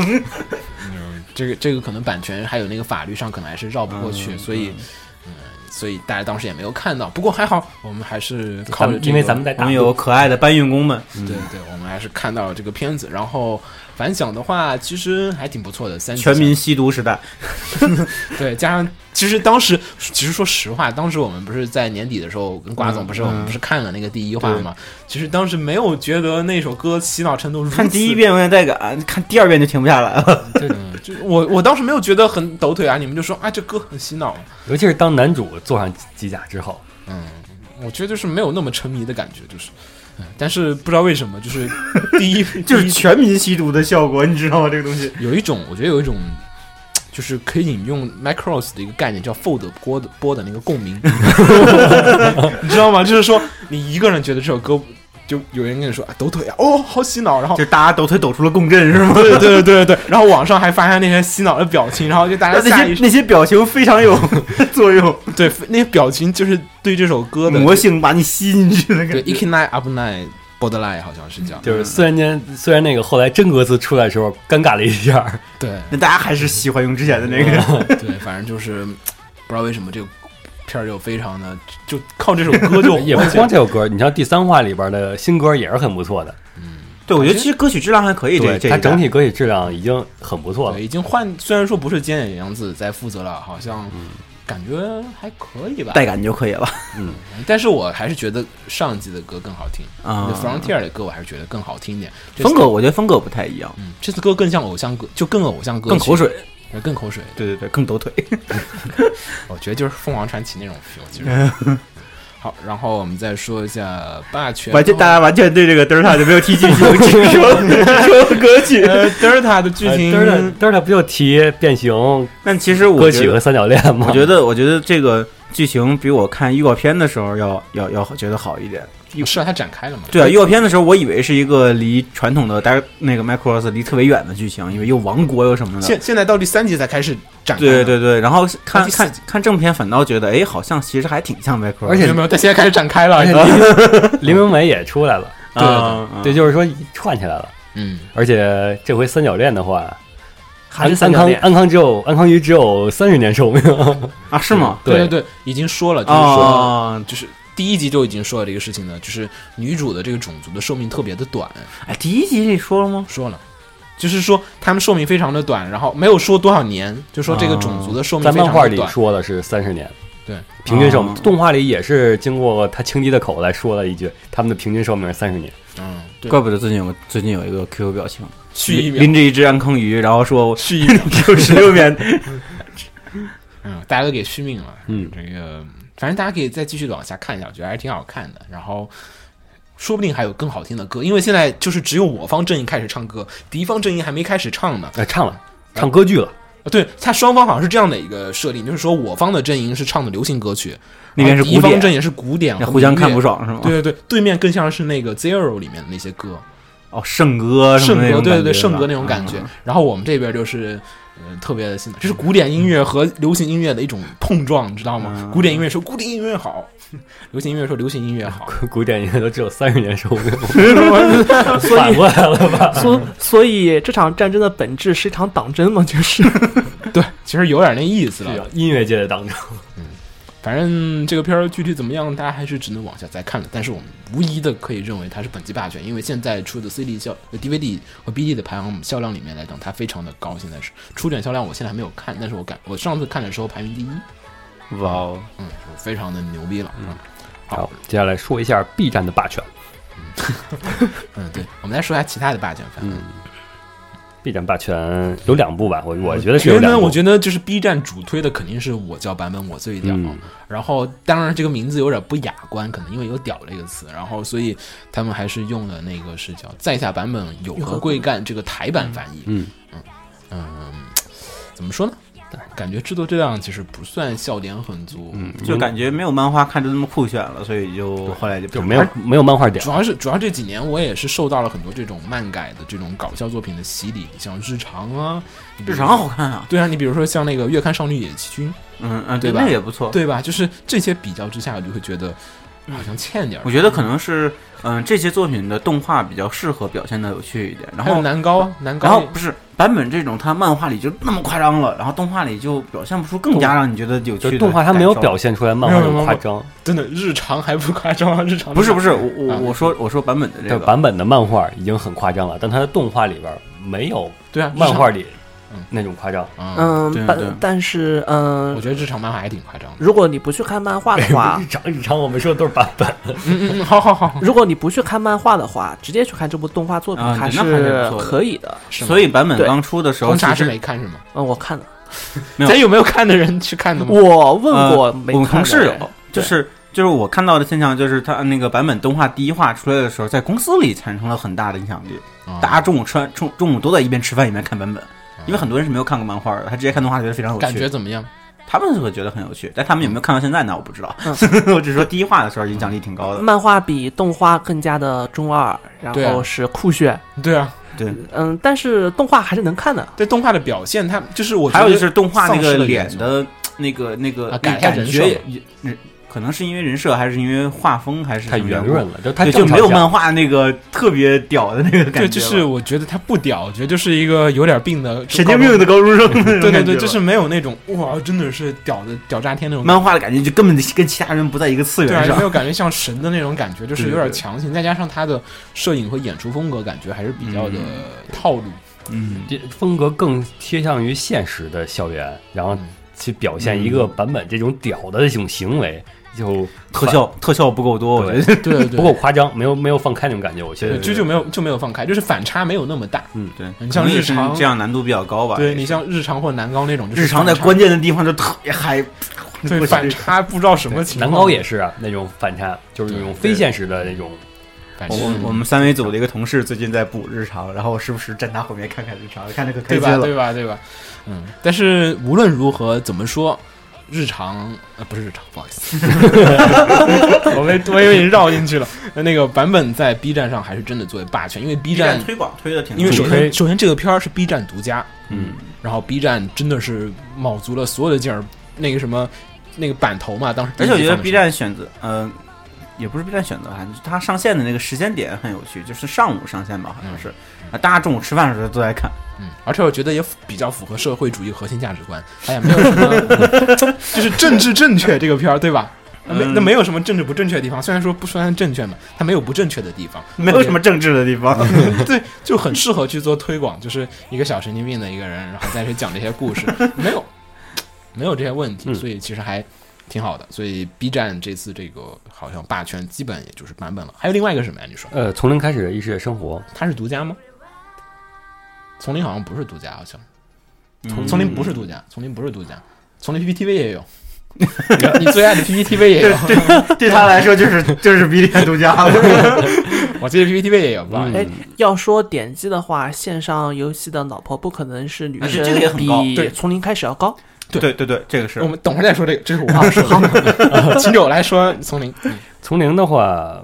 这个这个可能版权还有那个法律上可能还是绕不过去，所以。嗯所以大家当时也没有看到，不过还好，我们还是靠
咱
着、这
们
个、
因为咱们在
我
大
们
陆
有可爱的搬运工 们，
对对，我们还是看到了这个片子，然后反响的话，其实还挺不错的。三集
全民吸毒时 代，
对，加上其实当时，其实说实话，当时我们不是在年底的时候跟瓜总不
嗯
是、我们不是看了那个第一话嘛？其实当时没有觉得那首歌洗脑程度如此
看第一遍有点带感，看第二遍就停不下来了。
就我我当时没有觉得很抖腿啊，你们就说啊这歌很洗脑，
尤其是当男主坐上机甲之后，
我觉得就是没有那么沉迷的感觉，就是，嗯但是不知道为什么，就是第 一
就是
第一
全民吸毒的效果，你知道吗？这个东西，
有一种我觉得有一种。就是可以引用 Macross 的一个概念，叫 fold 波的波的那个共鸣，你知道吗？就是说你一个人觉得这首歌就有人跟你说啊抖腿啊，哦，好洗脑，然后
就大家抖腿抖出了共振是吗？
对对对对对，然后网上还发现那些洗脑的表情，然后就大家
那
下意
些
识
那些表情非常有 作用，
对那些表情就是对这首歌的
魔性把你吸进去的感
对
觉。
ikinai up night borderline 好像是嗯这样，
就是虽然间虽然那个后来真格子出来的时候尴尬了一下儿，
对
那大家还是喜欢用之前的那
嗯
个，
对，反正就是不知道为什么这个片儿就非常的就靠这首歌就
也不光这首歌，你像第三话里边的新歌也是很不错的，
对我觉得其实歌曲质量还可以，这
对
这一
它整
代
体歌曲质量已经很不错了
对，。已经换虽然说不是菅野洋子在负责了，好像感觉还可以吧，
带感就可以了。
但是我还是觉得上一季的歌更好听
啊
The Frontier 的歌我还是觉得更好听一点，这次
风格我觉得风格不太一样，
嗯，这次歌更像偶像歌，就更偶像歌，
更口，水。
对更口水。
对对对，更抖腿。
我觉得就是凤凰传奇那种 feel，其实。 好，然后我们再说一下霸权。哦
完全，大家完全对这个德尔塔就没有提及进 行这首首歌曲。呃
呃，Delta 的剧情，
嘚儿嘚呃儿不就提变形
但其实我
歌
觉
曲
得
和三角恋吗？
我觉得，我觉得这个剧情比我看预告片的时候要要要觉得好一点。
是啊，它展开了嘛？
对啊，预告片的时候，我以为是一个离传统的 Dark 那个 Macross 离特别远的剧情，因为又亡国又什么的。
现现在到第三集才开始展开。
对对，对，然后
到
看
第四
看
集
看正片，反倒觉得，哎，好像其实还挺像 Macross，
而且
没有没有，但现在开始展开了。
林明美也出来了，
对啊
对，就是说串起来了。
嗯，
而且这回三角恋的话，
还
安
是
安
三角
康
恋
安康只有安康鱼只有三十年寿命。
啊？是吗？
对
对
对，已经说了，就是说，
哦，
就是第一集就已经说了这个事情呢，就是女主的这个种族的寿命特别的短，
哎，第一集这说了吗？
说了。就是说，他们寿命非常的短，然后没有说多少年，就说这个种族的寿命
啊在
非常
漫
的
画
短。
里说的是三十年，
对，
平均寿命。
哦
动画里也是经过他情敌的口来说了一句，他们的平均寿命是三十年。
嗯，对，
怪不得最近有最近有一个 QQ 表情，
续一秒，
拎着一只安康鱼，然 后说
续一秒，
Q 十六遍，
嗯，大家都给续命了。
嗯
这个反正大家可以再继续往下看一下，我觉得还是挺好看的。然后说不定还有更好听的歌，因为现在就是只有我方阵营开始唱歌，敌方阵营还没开始唱呢。
呃，唱了，唱歌剧了。
啊对他双方好像是这样的一个设定，就是说我方的阵营是唱的流行歌曲，
那边
然后
是
敌
古典
方阵营是古典，
那互相看不
爽。
爽是吗？
对对对，对面更像是那个 Zero 里面的那些歌，
哦，圣歌什
圣
么那
歌，
种
对对对，
感觉是
圣歌
吧
那种感觉
嗯。
然后我们这边就是，呃，特别的新，这是古典音乐和流行音乐的一种碰撞，你知道吗
嗯？
古典音乐说古典音乐好， 流行音乐说流行音乐 好。
古典音乐都只有三十年寿 命，
所
反
以
过来了吧？
所所以这场战争的本质是一场党争嘛，就是
对，其实有点那意思
啊
了。
音乐界的当中，
反正这个片儿具体怎么样，大家还是只能往下再看了。但是我们无疑的可以认为它是本季霸权，因为现在出的 CD 销、呃 DVD 和 BD 的排行销量里面来讲，它非常的高。现在是出展销量，我现在还没有看，但是我感我上次看的时候排名第一，
哇哦，
嗯，就非常的牛逼了。嗯
好，接下来说一下 B 站的霸权。
嗯，对，我们来说一下其他的霸权番。嗯，
B 站霸权有两部吧，我我觉得是有
觉
两
得
部。
我觉得就是 B 站主推的肯定是我叫版本，我最屌。
嗯
然后当然这个名字有点不雅观，可能因为有“屌”这个词，然后所以他们还是用了那个是叫在下版本有何贵干这个台版翻译。
嗯
嗯怎么说呢？感觉制作质量其实不算笑点很足。嗯，
就感觉没有漫画看着那么酷炫了，所以就后来就
就没有没有漫画点
主，要是主要这几年我也是受到了很多这种漫改的这种搞笑作品的洗礼，像日常啊，你比
日
如
常好看啊，
对啊，你比如说像那个《月刊少女野崎君》。
嗯嗯，
对吧
那个也不错。
对吧？就是这些比较之下，我就会觉得好像欠点儿。
我觉得可能是嗯这些作品的动画比较适合表现的有趣一点，然
还有
后
南高啊，南
然后
高也
不是版本这种，它漫画里就那么夸张了，然后动画里就表现不出更加让你觉得有
就
趣
是
的
动画它没有
感受
表现出来漫画
没有没
的
有
夸张，
真的日常还 不夸张啊，日常
不是不
是
是，我我
啊
我说我说版本的这
对
个，
版本的漫画已经很夸张了，但它的动画里边没有
对啊，日
漫
常
画里
嗯
那种夸张。
嗯，
嗯
对，对
但但是
我
嗯，
觉得日常漫画还挺夸张的。
如果你不去看漫画的话
日，常日常我们说的都是版本，
嗯嗯嗯，好好好，
如果你不去看漫画的话，直接去看这部动画作品
啊
还
那还是
是
不错的
可以的。
是吗
所以版本
对
刚出的时候
红茶
其
是
实
没看是吗？
嗯，我看了，
没有
咱有没有看的人去看的吗？
我问
呃
过没
我们
看的
同事
人
有，就是就是我看到的现象，就是他那个版本动画第一话出来的时候，在公司里产生了很大的影响力。
啊
大家中午吃完中中午都在一边吃饭一边看版本，因为很多人是没有看过漫画的，他直接看动画觉得非常有
嗯
趣。
感觉怎么样？
他们是会觉得很有趣，但他们有没有看到现在呢？我不知道。
嗯
我只说第一话的时候影响力挺高的。
漫画比动画更加的中二，然
对啊
后是酷炫，
对啊，
对，
嗯，但是动画还是能看的。
对动画的表现，它就是我觉
还
得
有就是动画
丧
那
失
个
了
脸
元素
的那个那
啊
个那
改
个
一下
感
人
觉
设
也也也可能是因为人设，还是因为画风，还是
太
什么
圆
缘故
润了，就太
对，就
正常
没有
向
漫画那个特别屌的那个感觉
对，
了，
就是我觉得他不屌，我觉得就是一个有点病的
神经病的。高中生那种感觉
对
了。
对对，就是没有那种哇，真的是屌的屌炸天那种感觉。
漫画的感觉，就根本跟其他人不在一个次
对
元
啊，也
上
没。有感觉像神的那种感觉，就是有
对对
点
对
强行，再加上他的摄影和演出风格，感觉还是比较的套路。
嗯，
这风格更贴向于现实的校园，然后去表现一个版本这种屌的这种行为，就
特效特效不够多，我觉得。
对对对，
不够夸张，没有没有放开那种感觉。我觉
对
得
就就没有就没有放开，就是反差没有那么大。
对，
你像
可能也
日常
是这样难度比较高吧？
对你像日常或南高那种，就是
日常在
反差
关键的地方就特别 嗨，
对反差不知道什么情况。
南高也是啊，那种反差就是那种非现实的那种。
反
我
正
我我们三维组的一个同事最近在补日常，然后我时不时站他后面看看日常，看着可
对
开心
吧？
了。
对吧？对吧？嗯，但是无论如何，怎么说，日常呃不是日常，不好意 思，我被我以为你绕进去了。那个版本在 B 站上还是真的作为霸权，因为 B 站
推广推的挺
因为
主
首
推
先首先这个片儿是 B 站独家，
嗯，
然后 B 站真的是卯足了所有的劲儿，那个什么那个版头嘛，当时第
而
一
且我
集
觉得
放的
B
时候
站选择，呃，也不是 B 站选择哈，就是它上线的那个时间点很有趣，就是上午上线吧，好像是，啊，大家中午吃饭的时候都在 看，
嗯，而且我觉得也符比较符合社会主义核心价值观。哎呀，没有什么， 就是政治正确这个片儿，对吧？那没
嗯
那没有什么政治不正确的地方，虽然说不算正确嘛，它没有不正确的地方，
没有什么政治的地方。
对，就很适合去做推广，就是一个小神经病的一个人，然后再去讲这些故 事，没有没有这些问题，
嗯
所以其实还挺好的。所以 B 站这次这个好像霸权基本也就是版本了。还有另外一个什么呀？你说
呃，从零开始的异世界生活，
它是独家吗？丛林好像不是独家，好像丛
嗯
丛林不是独家，丛林不是独家，丛林 PPTV 也有， 你你最爱的 PPTV 也有，
对他来说就是就是 B 站独家了。
我记得 PPTV 也有吧？
嗯
哎，要说点击的话，线上游戏的老婆不可能是女
而且这
生
个也很高
比
对
从零开始要高。
对对对，这个是
我。们等会儿再说这个，这是我要说 的。呃秦九来说丛林，
从零的话，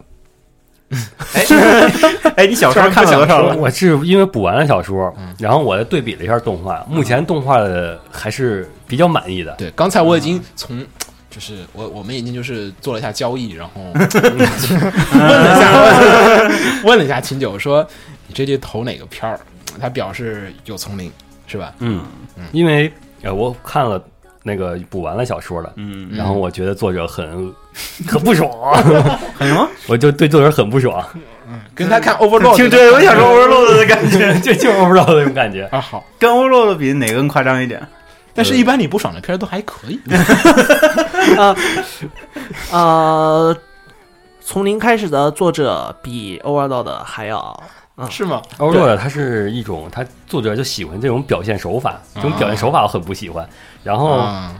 哎，你小说看了多少了？
我是因为补完了小说，然后我对比了一下动画，目前动画的还是比较满意的。
对，刚才我已
嗯
经从。就是我，我们已经就是做了一下交易， 然后问了一下， 问了一下秦九说：“你这季投哪个片儿？”他表示有丛林，是吧？
嗯，因为呃，我看了那个补完了小说了，
嗯，
然后我觉得作者很很不爽，
很什么？
我就对作者很不爽，
跟他看 Overlord，
嗯听哦对，我想说 Overload 的感觉，
这就是不知道那种感觉。
啊好，
跟 Overload 比哪个更夸张一点？
但是一般你不爽的片儿都还可以。
呃，从零开始的作者比 Overlord 还要，嗯，
是吗？
欧若的它是一种，它作者就喜欢这种表现手法，这种
啊
表现手法我很不喜欢。然
哦
后
啊，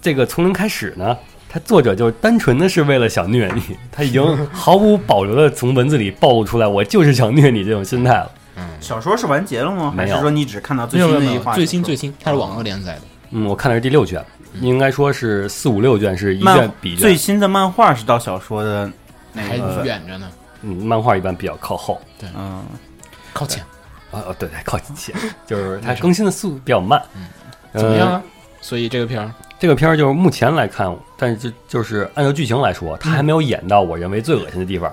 这个从零开始呢，它作者就单纯的是为了想虐你，他已经毫无保留的从文字里暴露出来，我就是想虐你这种心态了。
小说是完结了吗？还
没有
是说你只看到
没
最
有没有
新的
没
一
有，
话？
最新最新，
哦
它是网络连载的。
嗯，我看的是第六卷，应该说是四五六卷是一卷
嗯漫
比一
最
卷，
新的漫画是到小说的那
还
个，
远着呢，
嗯，漫画一般比较靠后。
嗯，
靠前。
啊、哦，对对，靠前，就是它更新的速度比较慢。
嗯怎么样
呃
啊？所以这个片儿，
这个片儿就是目前来看，但是就就是按照剧情来说，
嗯
它还没有演到我认为最恶心 的地方。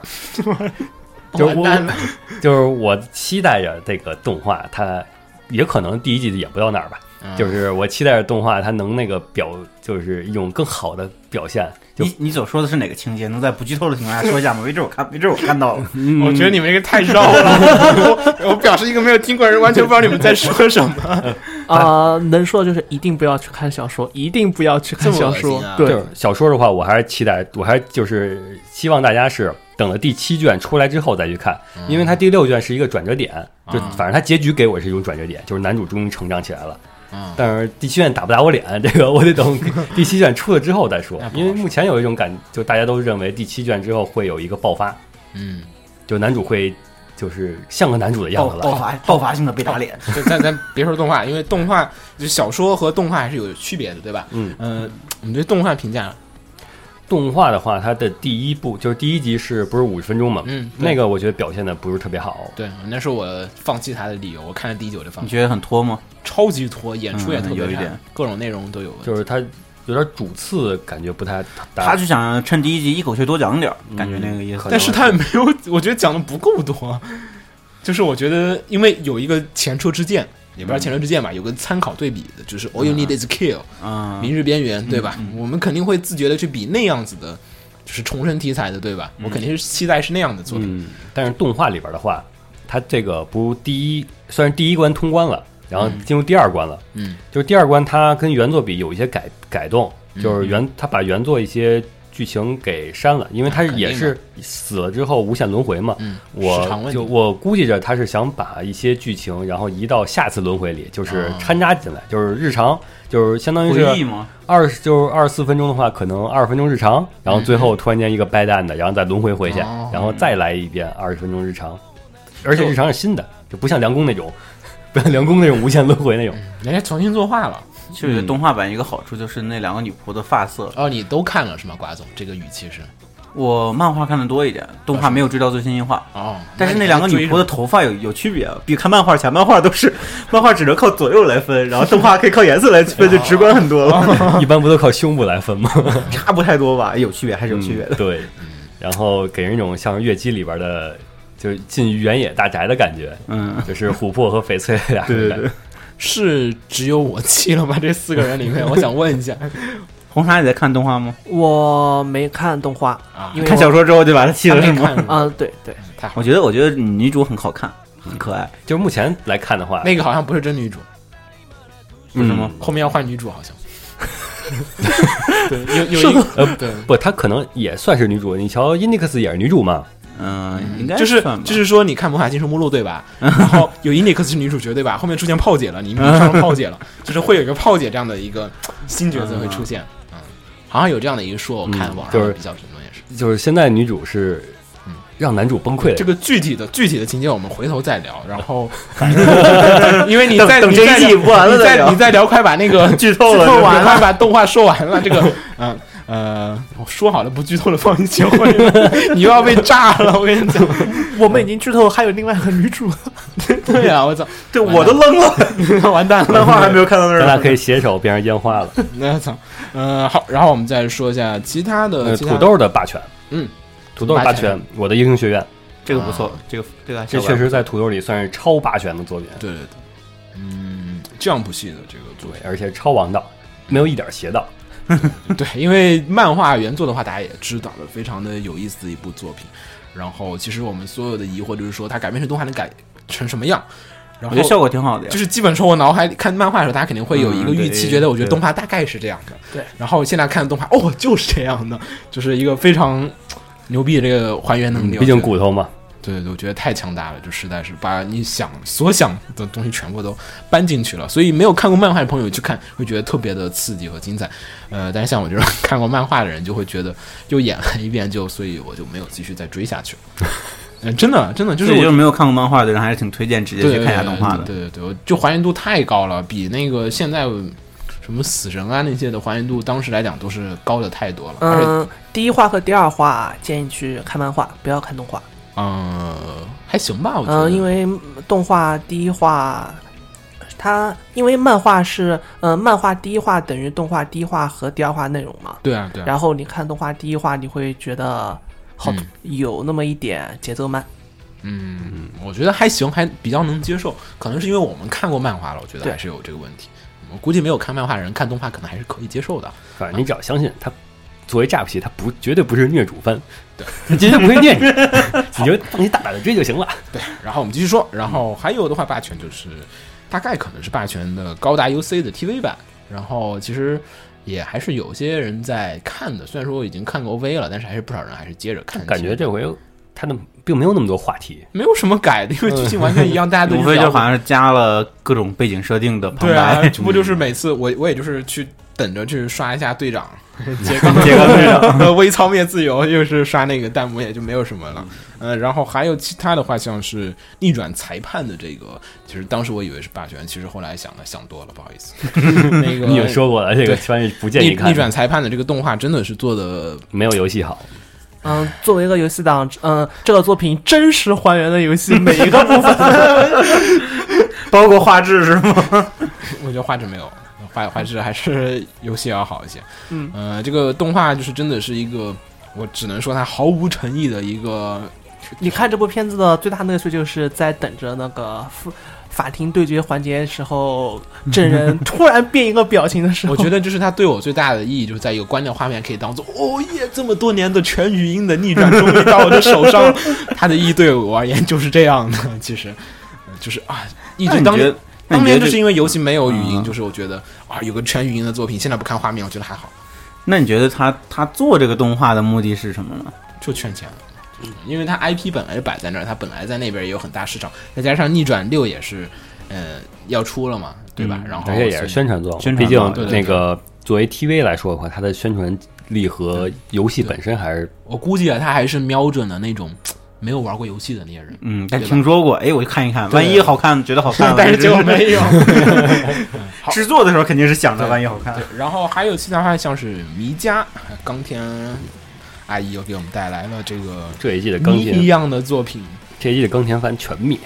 就是我
完蛋了，
就是我期待着这个动画，它也可能第一季演不到哪儿吧。
嗯
就是我期待着动画它能那个表，就是一种更好的表现。就
你你所说的是哪个情节？能在不剧透的情况下说一下吗？没准我看，没准我看到 了。
嗯
我觉得你们这个太绕了， 我我表示一个没有听过的人完全不知道你们在说什么。
呃，能说的就是一定不要去看小说，一定不要去看
这么
小
恶
说。
心啊
对
就是，小说的话，我还是期待，我还是就是希望大家是等了第七卷出来之后再去看，
嗯
因为它第六卷是一个转折点，就
啊
反正它结局给我是一种转折点，就是男主终于成长起来了。
嗯
但是第七卷打不打我脸，这个我 得等第七卷出了之后再说
那，不好
因为目前有一种感，就大家都认为第七卷之后会有一个爆发，
嗯，
就男主会就是像个男主的样
爆
子嗯了。
爆发爆发性的被打脸，
就咱咱别说动画，因为动画就小说和动画还是有区别的，对吧？
嗯
呃，我们对动画评价，
动画的话，它的第一部就是第一集是不是五十分钟嘛？
嗯对
那个我觉得表现的不是特别好。
对，那是我放弃它的理由。我看了第一集我就放
你
弃，
觉得很拖吗？
超级拖，演出也特别
嗯有一
差
点
各种内容都有问题。
就是它有点主次感觉不太
他
搭。
就想趁第一集一口气多讲点儿，
啊嗯
感觉那个意思。
但是他也没有，我觉得讲的不够多。就是我觉得，因为有一个前车之鉴，也不知道前车之鉴吧，有个参考对比的，就是 All You Need Is Kill，、
嗯，
明日边缘，对吧？我们肯定会自觉的去比那样子的，就是重生题材的，对吧？我肯定是期待是那样的作品。
嗯，但是动画里边的话，它这个不第一，虽然第一关通关了，然后进入第二关了，
嗯
就是第二关它跟原作比有一些改改动，
嗯
就是原它把原作一些剧情给删了，因为它
啊肯定
也是
的
死了之后无限轮回嘛。
嗯，时长
我
问
就
题。
我估计着他是想把一些剧情，然后移到下次轮回里，就是
啊
掺杂进来，就是日常，就是相当于
回忆
是
吗？
二十，就是二十四分钟的话，可能二十分钟日常，然后最后突然间一个掰蛋的，然后再轮回回去，
哦
然后再来一遍二十分钟日常，而且日常是新的，就不像梁工那 种，不像梁工那种无限轮回那种。
人家重新作画了。
就
嗯
觉得动画版一个好处就是那两个女仆的发色，
哦，你都看了是吗，瓜总？这个语气是
我漫画看的多一点，动画没有追到最新一话。
哦，
但是
那
啊那
你
两个
追
女
是
仆的头发有有区别，啊比看漫画强。漫画都是 漫画只能靠左右来分，然后动画可以靠颜色来 分，就直观很多了，
一般不都靠胸部来分 吗？ 嗯
差不太多吧？有区别还是有区别的。
对，然后给人一种像是《月姬》里边的，就是进原野大宅的感 觉，
嗯，
就是琥珀和翡翠俩人的感觉。
是只有我气了吗？这四个人里面，我想问一 下，
红茶你在看动画吗？
我没看动画
啊，
因为
看小说
说，
之后就把它弃
他
了
没
是吗？
看过，
嗯，对对，
太好
我
了。
觉得我觉得女主很好看，很可爱，
就是目前来看的话，
那个好像不是真女主，
不是吗？
后面要换女主好 像。对，有有一个
呃
对。
嗯不，她可能也算是女主。你瞧，Index 也是女主嘛，
嗯，应该
就是
算吧嗯
就是说，你看《魔法禁书目录》对吧？然后有伊尼克斯是女主角对吧？后面出现炮姐了，你迷上了炮姐 了，就是会有一个炮姐这样的一个新角色会出
啊
现。嗯，好像有这样的一个说，我看
嗯
网
就是
上比较评论也是。
就是现在女主是让男主崩溃的。
嗯这个具体的具体的情节我们回头再聊。然 后，反正因为你在
等
你
这一
在
季
聊
播完了
你
再
再
聊
你再聊，快把那个
剧透了
剧
是吧
完了，快把动画说完了。这个，嗯呃，我说好了不剧透的放一起，或者 你又要被炸了。我跟你讲，
我们已经剧透，还有另外一个女主，
对啊，我操，
对我都愣了，
完蛋了，
漫画还没有看到那
咱俩
儿。
可以携手变成烟花 了。
那操，嗯，好，然后我们再说一下其他的
呃，
其他
土豆的霸权，
嗯，
土豆霸权，我的英雄学院，
这个不错，这个啊这个还
这
是
确实在土豆里算是超霸权的作品，
对对对，嗯，Jump 系的这个作品，
而且超王道，没有一点邪道。
对，因为漫画原作的话，大家也知道了，非常的有意思的一部作品。然后，其实我们所有的疑惑就是说，它改编成动画能改成什么样？然
我
后
觉得效果挺好的呀
就。是基本说，我脑海里看漫画的时候，大家肯定会有一个
嗯
预期，
对
觉得我觉得
对
动画大概是这样的。
对。
然后现在看动画，哦，就是这样的，就是一个非常牛逼的这个还原
嗯
能力。
嗯毕竟
我觉得
骨头嘛，
对对对，我觉得太强大了，就实在是把你想所想的东西全部都搬进去了。所以没有看过漫画的朋友去看，会觉得特别的刺激和精彩。呃，但是像我这种看过漫画的人，就会觉得又演了一遍就，所以我就没有继续再追下去了。 嗯、真的，真的就是
所
我
以就是没有看过漫画的人，还是挺推荐直接
对
去看一下动画的。
对对对，对就还原度太高了，比那个现在什么死神啊那些的还原度，当时来讲都是高的太多了。而且，
嗯，第一话和第二话建议去看漫画，不要看动画。
嗯、还行吧，我觉得。
嗯，因为动画第一话，它因为漫画是，呃，漫画第一话等于动画第一话和第二话内容嘛。
对啊对啊，
然后你看动画第一话，你会觉得好、
嗯
有那么一点节奏慢。
嗯，我觉得还行，还比较能接受。可能是因为我们看过漫画了，我觉得
对
还是有这个问题。我估计没有看漫画的人看动画可能还是可以接受的。
反正你只要相信他。作为诈皮，他不绝对不是虐主番，
对，
他 绝对不会虐 你，你就放心大胆的追就行了。
对，然后我们继续说，然后还有的话，霸权就是大概可能是霸权的高达 UC 的 TV 版，然后其实也还是有些人在看的，虽然说我已经看过 OVA 了，但是还是不少人还是接着看。
感觉这回它的并没有那么多话 题。
没有什么改的，因为剧情完全一 样，大家都
无
去
非就
聊
好
啊
像是加了各种背景设定的旁
对啊，
白，
这不就是每次我我也就是去等着去刷一下队 长，杰克
杰克队长
呃微操灭自由，又是刷那个弹幕，也就没有什么了。
嗯
呃，然后还有其他的话，像是逆转裁判的这个，其实当时我以为是霸权，其实后来想了想多了，不好 意思。那个
你有说过了，这个
对
番是不建
逆
议
逆
看，
转裁判的这个动画真的是做的
没有游戏好。
嗯，作为一个游戏党，嗯，这个作品真实还原了游戏每一个 部分。
包括画质是吗？
我觉得画质没有，画画质还是游戏要好一些。嗯，呃，这个动画就是真的是一个，我只能说它毫无诚意的一个。
你看这部片子的最大乐趣，就是在等着那个法法庭对决环节时候，证人突然变一个表情的时候，
我觉得这是它对我最大的意义，就是在一个关键画面可以当做哦耶，这么多年的全语音的逆转终于到我的手上，它的意义对我而言就是这样的。其实， 呃就是啊，一直
你
当
觉
年
得那
当
你觉
年
得
就是因为游戏没有语音，
嗯
就是我觉得啊，有个全语音的作品，现在不看画面，我觉得还好，
那你觉得他他做这个动画的目的是什么呢？
就圈钱。嗯因为它 IP 本来就摆在那儿，它本来在那边也有很大市场，再加上逆转六也是，呃，要出了嘛，对吧？
嗯
然后
而且也是
哦所以
宣传作用，
宣
毕
传
竟
作用
对对
那个作为 TV 来说的话，它的宣传力和游戏本身还是
我估计啊，他还是瞄准了那种没有玩过游戏的那些人，
嗯，但
对吧啊
听说过，哎，我就看一看，万一好看，觉得好
啊
看了，
但是结果
就 是
没有。好
制作的时候肯定是想着
对
万一好看
对，然后还有其他话，像是迷家冈田阿姨又给我们带来了这个
这一季的更
谜一
新，
样的作品。
这一季的更新番全灭。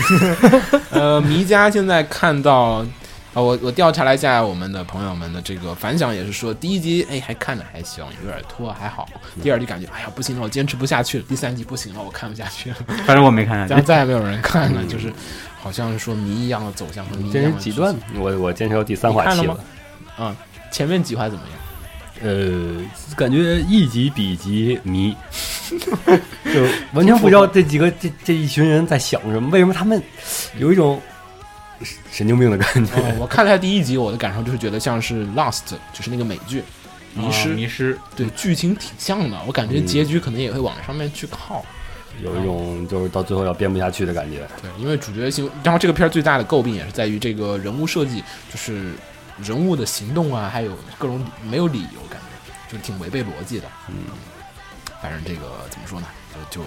呃，迷家现在看到。啊，我我调查了一下我们的朋友们的这个反响，也是说第一集哎还看着还行，有点拖还好。第二集感觉哎呀不行了，我坚持不下去了。第三集不行了，我看不下 去了。
反正我没看
这
下
样
去。嗯
再也没有人看了，就是好像是说谜一样的走向和谜一
这
样
是
的
几
剧情
段？我我坚持到第三话
你看了
期
吗
了。
前面几话怎么样？
呃，感觉一集比一集迷， 就完全不知道这几个这这一群人在想什么，为什么他们有一种神神经病的感觉。
哦我看了一下第一集，我的感受就是觉得像是《Lost》，就是那个美剧《迷失》
啊迷失，
对剧情挺像的，我感觉结局可能也会往上面去靠。
有一种就是到最后要编不下去的感觉。
对，因为主角行，然后这个片儿最大的诟病也是在于这个人物设计，就是人物的行动啊，还有各种理没有理由，感觉就是挺违背逻辑的。嗯，反正这个怎么说呢，就就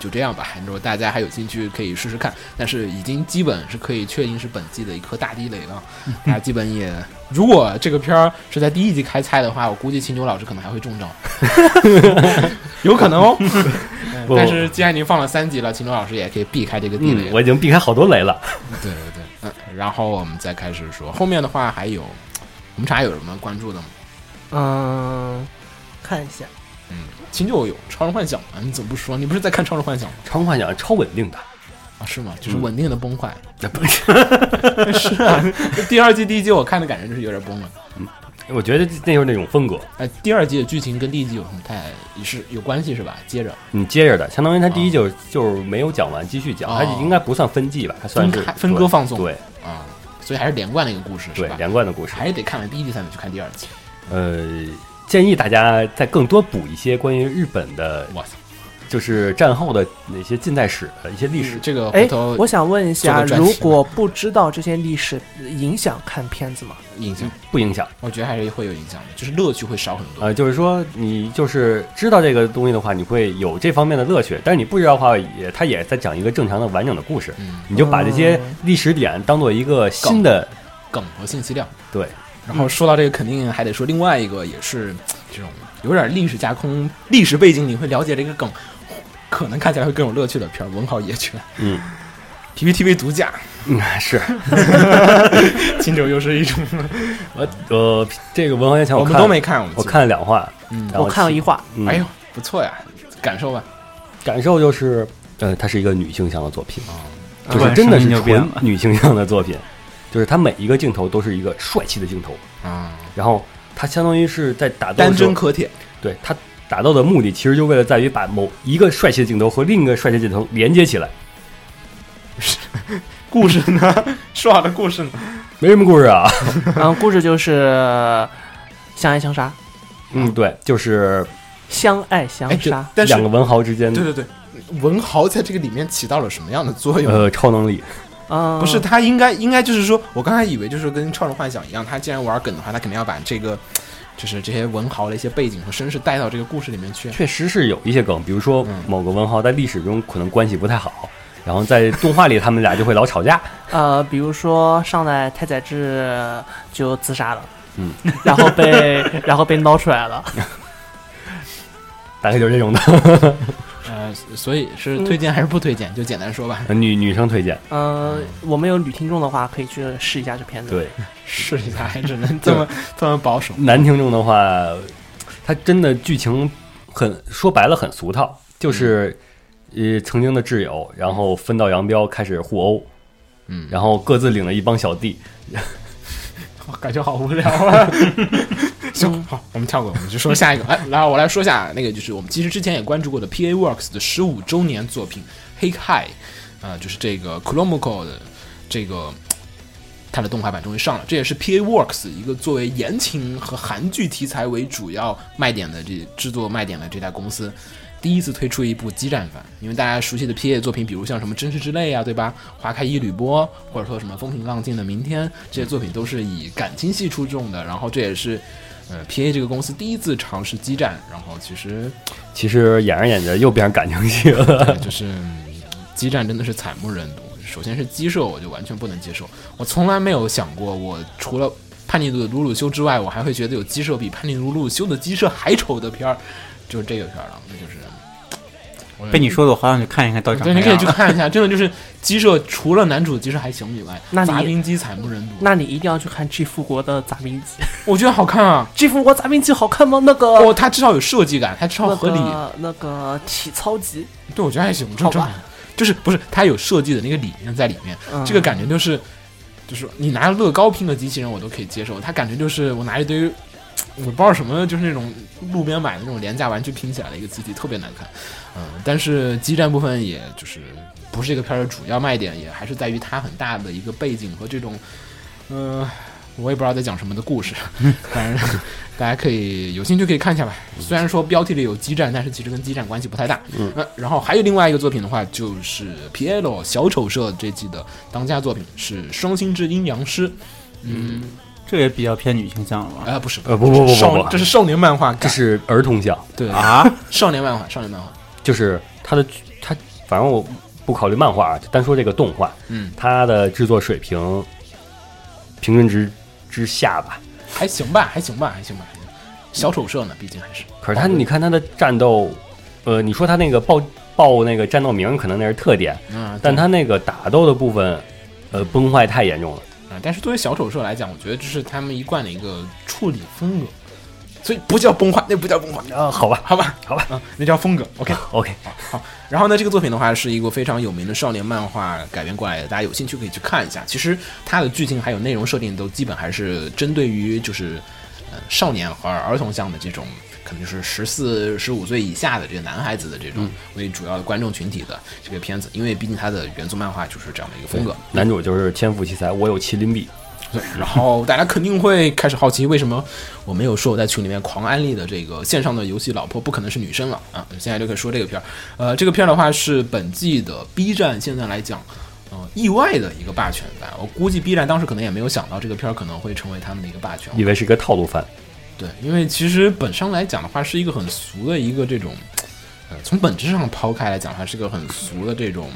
就这样吧。如果大家还有兴趣，可以试试看。但是已经基本是可以确定是本季的一颗大地雷了。大家基本也，如果这个片儿是在第一集开菜的话，我估计秦九老师可能还会中招，有可能哦。
不
但是既然已经放了三集了，秦九老师也可以避开这个地雷
嗯，
了。
我已经避开好多雷了。
对对对，嗯，然后我们再开始说后面的话，还有我们茶有什么关注的吗？
嗯，看一下，
秦九有《超人幻想》吗？你怎么不说？你不是在看《超人幻想》吗？
超幻想超稳定的，
啊，是
嗯
吗？就是稳定的崩 坏。
不是
是啊， 第二季第一季我看的感觉就是有点崩了。
我觉得那就是那种风格。
哎，第二季的剧情跟第一季有什么太是有关系是吧？接着
你接着的，相当于他第一
啊
就是、就是没有讲完，继续讲，
哦
它应该不算分季吧，它算是
分开分割放送
对
啊、所以还是连贯的一个故事是
对
吧？
连贯的故事。
还是得看完第一季才能去看第二季。
呃，建议大家再更多补一些关于日本的，
哇塞，
就是战后的那些近代史的一些历史。
这个回
哎
头，
我想问一下，
做个专题
如果不知道这些历史，影响看片子吗？
影响，
不影响，
我觉得还是会有影响的，就是乐趣会少很多。
呃，就是说你就是知道这个东西的话，你会有这方面的乐趣，但是你不知道的话也，它也在讲一个正常的完整的故事，
嗯，
你就把这些历史点当做一个新的
梗和信息量。
对，
然后说到这个，肯定还得说另外一个，也是这种有点历史架空、历史背景，你会了解这个梗，可能看起来会更有乐趣的片儿《文豪野 犬》。
嗯
，PPTV 独家，
嗯是，
秦九又是一种，
我呃这个文豪野犬
我
我
们
看
都没看，我们
我
基本，
看了两话，
嗯
然后
我看了
其
一话，
嗯
哎呦，不错呀，感受吧。
感受就是，呃，它是一个女性向的作
啊
品，就
突
是
然
真的是
声音就变
纯
了
女性向的作品，就是它每一个镜头都是一个帅气的镜头，
啊，
然后它相当于是在打斗
单
的时候
针，可铁，
对它打斗的目的其实就为了在于把某一个帅气的镜头和另一个帅气的镜头连接起来，
故事呢？说好的故事呢？
没什么故事啊，
嗯，故事就是相爱相杀，
嗯，对，就是
相爱相
哎，对
杀，
但是
两个文豪之间
对对对，文豪在这个里面起到了什么样的作用？
呃，超能力，
嗯，
不是，他应该应该就是说，我刚才以为就是跟《超人幻想》一样，他既然玩梗的话，他肯定要把这个就是这些文豪的一些背景和身世带到这个故事里面去。
确实是有一些梗，比如说
嗯
某个文豪在历史中可能关系不太好，然后在动画里他们俩就会老吵架。
呃，比如说上代太宰治就自杀了，
嗯，
然后被 然后被捞出来了，
大概就是这种 的，
呃，所以是推荐还是不推荐？就简单说吧，
女女生推荐，
嗯，我们有女听众的话可以去试一下这片子，
对，
试一下还只能这么这么保守。
男听众的话，他真的剧情很说白了很俗套，就是呃曾经的挚友，然后分道扬镳，开始互殴，
嗯
然后各自领了一帮小弟，
我感觉好无聊啊。 行，好，我们跳过，我们就说下一个。哎，来，我来说下那个，就是我们其实之前也关注过的 PA Works 的十五周年作品《黑海》，呃，就是这个 c h r o m i c o 的这个它的动画版终于上了，这也是 PA Works 一个作为言情和韩剧题材为主要卖点的这制作卖点的这家公司。第一次推出一部激战番，因为大家熟悉的 PA 的作品，比如像什么《真实之泪》啊，对吧？《花开一缕波》，或者说什么《风平浪静的明天》，这些作品都是以感情戏出众的。然后这也是，呃，PA 这个公司第一次尝试激战。然后其实
其实演着演着又变成感情戏了。
对，就是嗯激战真的是惨不忍睹。首先是鸡舍，我就完全不能接受。我从来没有想过，我除了叛逆的鲁鲁修之外，我还会觉得有鸡舍比叛逆的鲁鲁修的鸡舍还丑的片儿，就是这个片儿了。那就是我
被你说的，我好想去看一看到底长
对，
啥
你可以去
样。
看一下，真的就是鸡舍，除了男主鸡舍还行以外，
那你
杂兵鸡惨不忍睹。
那你一定要去看《G 复国》的杂兵集，
我觉得好看啊，
《G 复国》杂兵集好看吗？那个
哦，它至少有设计感，它至少
那
合理。
个那个体操集，
对，我觉得还行，正
好
正
吧
常。就是不是它有设计的那个理念在里面，
嗯
这个感觉就是，就是你拿乐高拼个机器人我都可以接受，它感觉就是我拿一堆我不知道什么，就是那种路边买的那种廉价玩具拼起来的一个机体，特别难看。嗯，但是激战部分也就是不是这个片儿的主要卖点，也还是在于它很大的一个背景和这种，呃，我也不知道在讲什么的故事。 反正大家可以有兴趣可以看一下吧。
嗯
虽然说标题里有激战，但是其实跟激战关系不太大。嗯、呃，然后还有另外一个作品的话，就是 p l o 小丑社这季的当家作品是《双星之阴阳师》。嗯，
这个也比较偏女性向了吧？
呃，不是，
呃不不不不
少
不
这是少年漫画，
这是儿童向，
对
啊，
少年漫画，少年漫画，
就是它的它，反正我不考虑漫画啊，就单说这个动画，
嗯，
它的制作水平平均值之下吧。
还行吧，还行吧，还行吧，还行小丑社呢，毕竟还是，
可是它，你看它的战斗，呃，你说它那个报报那个战斗名，可能那是特点，
嗯，
但
他，
它那个打斗的部分，呃，崩坏太严重了。
啊但是作为小丑社来讲，我觉得这是他们一贯的一个处理风格，所以不叫崩坏，那不叫崩坏，
啊，好吧
好吧，
好吧，
嗯，那叫风格，OK。
，OK，
然后呢，这个作品的话是一个非常有名的少年漫画改编过来的，大家有兴趣可以去看一下。其实它的剧情还有内容设定都基本还是针对于就是呃少年和儿童向的这种，可能就是十四、十五岁以下的这个男孩子的这种为主要的观众群体的这个片子，因为毕竟它的原作漫画就是这样的一个风格。
男主就是天赋奇才，我有麒麟臂，
对，然后大家肯定会开始好奇，为什么我没有说我在群里面狂安利的这个线上的游戏老婆不可能是女生了啊？现在就可以说这个片儿，呃，这个片儿的话是本季的 B 站现在来讲，呃，意外的一个霸权吧。我估计 B 站当时可能也没有想到这个片儿可能会成为他们的一个霸权。
以为是一个套路番，
对，因为其实本身来讲的话，是一个很俗的一个这种，呃，从本质上抛开来讲的话，是个很俗的这种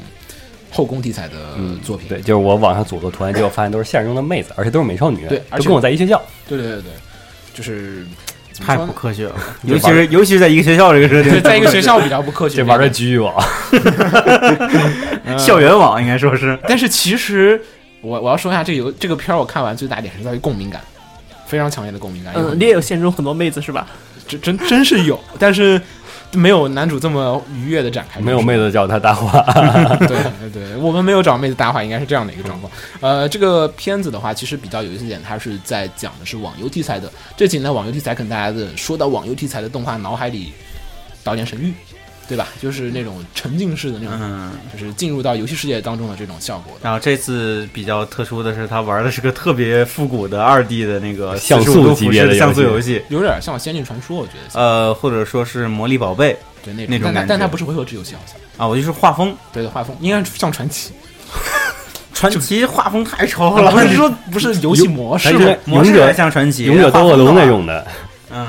后宫题材的
嗯
作品。
对，就是我网上组个团，结果发现都是现实中的妹子，而且都是美少女，
对而
都
且
跟我在一学校，
对对对对，就是怎么
太
说
不
呢？
科学 了，尤其是尤其是在一个学校这个设
对，
定，
在一 个学校比较不科学，
这玩 的局域网，
校园网应该说是
但是其实我我要说一下这个游这个片儿，我看完最大点是在于共鸣感，非常强烈的共鸣感。有
嗯，
很
你也有现实中很多妹子是吧？
真真真是有，但是没有男主这么愉悦的展开。
没有妹子叫他搭话，
对对对，我们没有找妹子搭话，应该是这样的一个状况。呃，这个片子的话，其实比较有意思一点，它是在讲的是网游题材的。这几年网游题材，可能大家的说到网游题材的动画，脑海里导演神域，对吧？就是那种沉浸式的那种，
嗯。
就是进入到游戏世界当中的这种效果的。
然后这次比较特殊的是，他玩的是个特别复古的二 D 的那个
像素
45度
级
俯
别
视
的
像素
游
游戏，
有点像《仙境传说》，我觉得。
呃，或者说是《魔力宝贝》
对那
呃那种
但它
感觉
但它不是回合制游戏，好像
啊，我就是画风，
对的画风应该是像传奇，
传奇画风太潮了，
啊不是说不是游戏模式
它
吗
是？
模式
勇者
还像传奇，
勇者斗恶龙那种的，
嗯，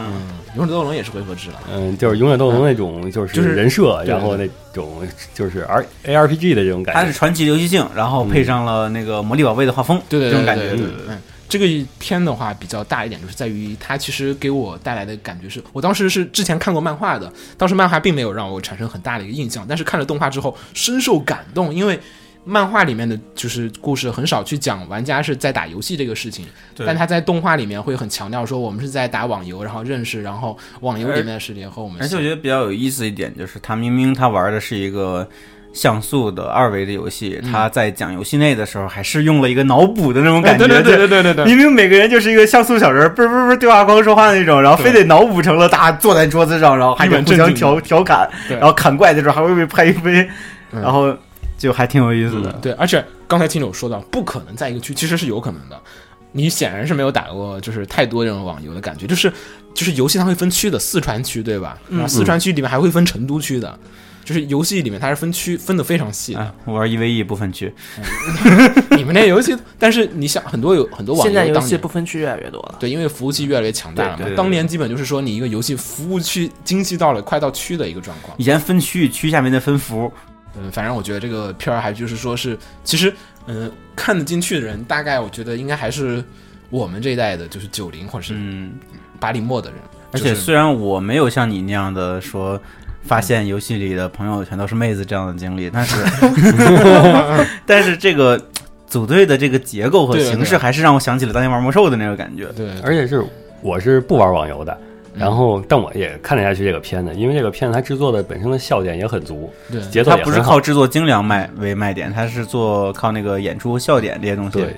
勇者斗恶龙也是回合制了，
嗯，就是勇者斗恶龙那种，就是
就是
人设，
对
然后那种就是 R A R P G 的这种
它
感
是
觉。
传奇流行性，然后配上了那个魔力宝贝的画风，
对对对
这种
对
感
对
觉
对，对嗯。这个片的话比较大一点，就是在于它其实给我带来的感觉是，我当时是之前看过漫画的，当时漫画并没有让我产生很大的一个印象，但是看了动画之后深受感动，因为漫画里面的就是故事很少去讲玩家是在打游戏这个事情，
对
但他在动画里面会很强调说我们是在打网游，然后认识，然后网游里面的世界和我们
而且我觉得比较有意思的一点就是，他明明他玩的是一个像素的二维的游戏，
嗯
他在讲游戏内的时候，还是用了一个脑补的那种感觉。
哎对对对
就
对对对
明明每个人就是一个像素小人儿，不是不是不是对话框说话那种，然后非得脑补成了大家坐在桌子上，然后还得互相调调侃，
对
然后砍怪的时候还会被拍一飞，
嗯
然后就还挺有意思的。
对，而且刚才听友说到，不可能在一个区，其实是有可能的。你显然是没有打过，就是太多这种网游的感觉，就是就是游戏它会分区的，四川区对吧？
嗯
然后四
嗯
川区里面还会分成都区的，就是游戏里面它是分区分的非常细的。
啊，我玩一 v 一不分区，
你们那游戏，但是你想很多有很多网
现在游
当
戏
年
不分区越来越多了。
对，因为服务器越来越强大了
对
嘛
对对，对
当年基本就是说你一个游戏服务器精细到了快到区的一个状况。
以前分区区下面的分服，
嗯，反正我觉得这个片儿还就是说是，其实嗯、看得进去的人，大概我觉得应该还是我们这一代的，就是九零或者是
嗯，
八零末的人。
而且
就是
虽然我没有像你那样的说发现游戏里的朋友全都是妹子这样的经历，但是但是这个组队的这个结构和
对啊
形式
对啊
还是让我想起了当年玩魔兽的那个感觉。
对，
而且是我是不玩网游的，
嗯
然后但我也看得下去这个片子，因为这个片子它制作的本身的笑点也很足，
对
节奏
它
也
不是
很好
靠。制作精良卖为卖点，它是做靠那个演出笑点这些东西。
对，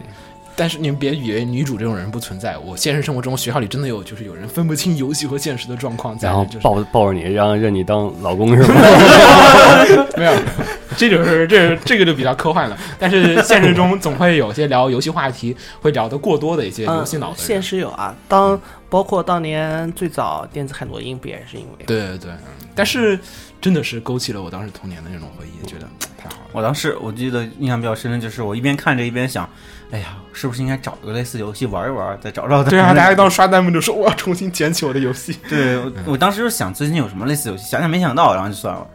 但是你们别以为女主这种人不存在，我现实生活中学校里真的有，就是有人分不清游戏和现实的状况在
然后
就是
抱抱着你，然后认你当老公是吗？
没有， 这就是这这个就比较科幻了。但是现实中总会有些聊游戏话题会聊得过多的一些游戏脑
嗯，
的人。
现实有啊，当包括当年最早电子海洛因不也是因为？
对对对，嗯但是真的是勾起了我当时童年的那种回忆，觉得太好了。
我当时我记得印象比较深的就是，我一边看着一边想，哎呀，是不是应该找一个类似游戏玩一玩，再找找 它
对啊，大家当时刷弹幕就说我要重新捡起我的游戏。
对，我我当时就想最近有什么类似游戏，想想没想到，然后就算了。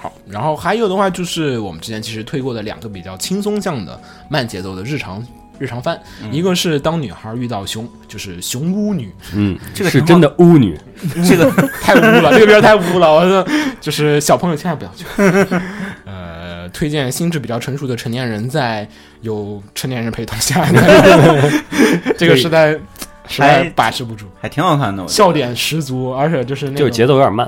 好，然后还有的话就是我们之前其实推过的两个比较轻松向的慢节奏的日常日常番，一个是当女孩遇到熊，就是熊巫女，
嗯，
这个
是
情
真
况
的巫女，
这个
太污了，这个片儿太污了，我的就是小朋友千万不要去。呃，推荐心智比较成熟的成年人在有成年人陪同下， 这个实在实在把持不住，
还挺好看的，我觉得
哎笑点十足，而且就是那
就
种
是节奏有点慢。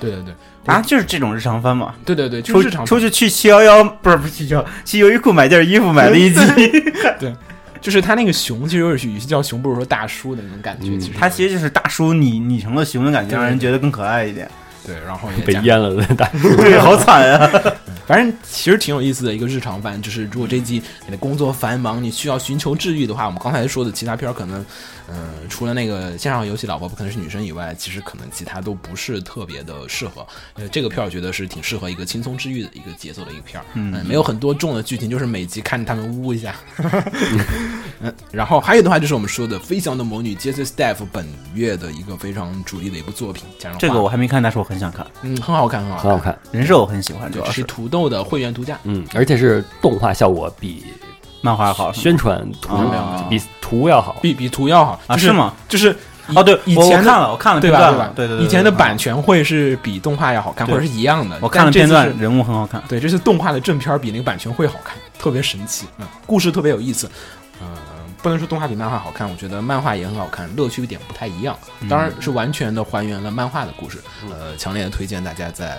对对对
啊，就是这种日常番嘛。
对对对，就
出
是日常
出去去七幺幺不是不是七幺去优衣库买件衣服买了一季，
就是他那个熊，其实有点叫熊，不如说大叔的那种感觉。
嗯
其实
他其实就是大叔拟拟成了熊的感觉，
对
让人觉得更可爱一点。
对，然后也
被
加
淹了的大叔，
对，好惨啊！
反正其实挺有意思的一个日常番，就是如果这一季你的工作繁忙，你需要寻求治愈的话，我们刚才说的其他片儿可能，嗯、除了那个线上游戏老婆不可能是女生以外，其实可能其他都不是特别的适合。呃，这个片儿我觉得是挺适合一个轻松治愈的一个节奏的一个片儿，嗯，没有很多重的剧情，就是每集看着他们呜一下。 嗯，然后还有的话就是我们说的《飞翔的魔女 j e s s Staff》本月的一个非常主力的一部作品，加上
这个
画
我还没看，但是我很想看。
嗯很好看，很好
很
看
好。看。
人设我很喜欢，主
对，
要
这是
是
土豆的会员独家，
嗯，而且是动画效果比
漫画好是吗
宣传图
啊
比图要好。
比比图要好
啊？？
就是
吗？
就是
哦，对，
以
我我
前
看
的
了，我看了
对
片
吧？
段
对
了
吧？
对对对，
以前的
对
版权会是比动画要好看，
对
或者是一样的。
我看了
但这
片
次
段，
是。
人物很好看。
对，这次动画的正片儿比那个版权会好看，特别神奇，嗯，故事特别有意思。呃，不能说动画比漫画好看，我觉得漫画也很好看，乐趣点不太一样。
嗯
当然是完全的还原了漫画的故事。呃，强烈的推荐大家在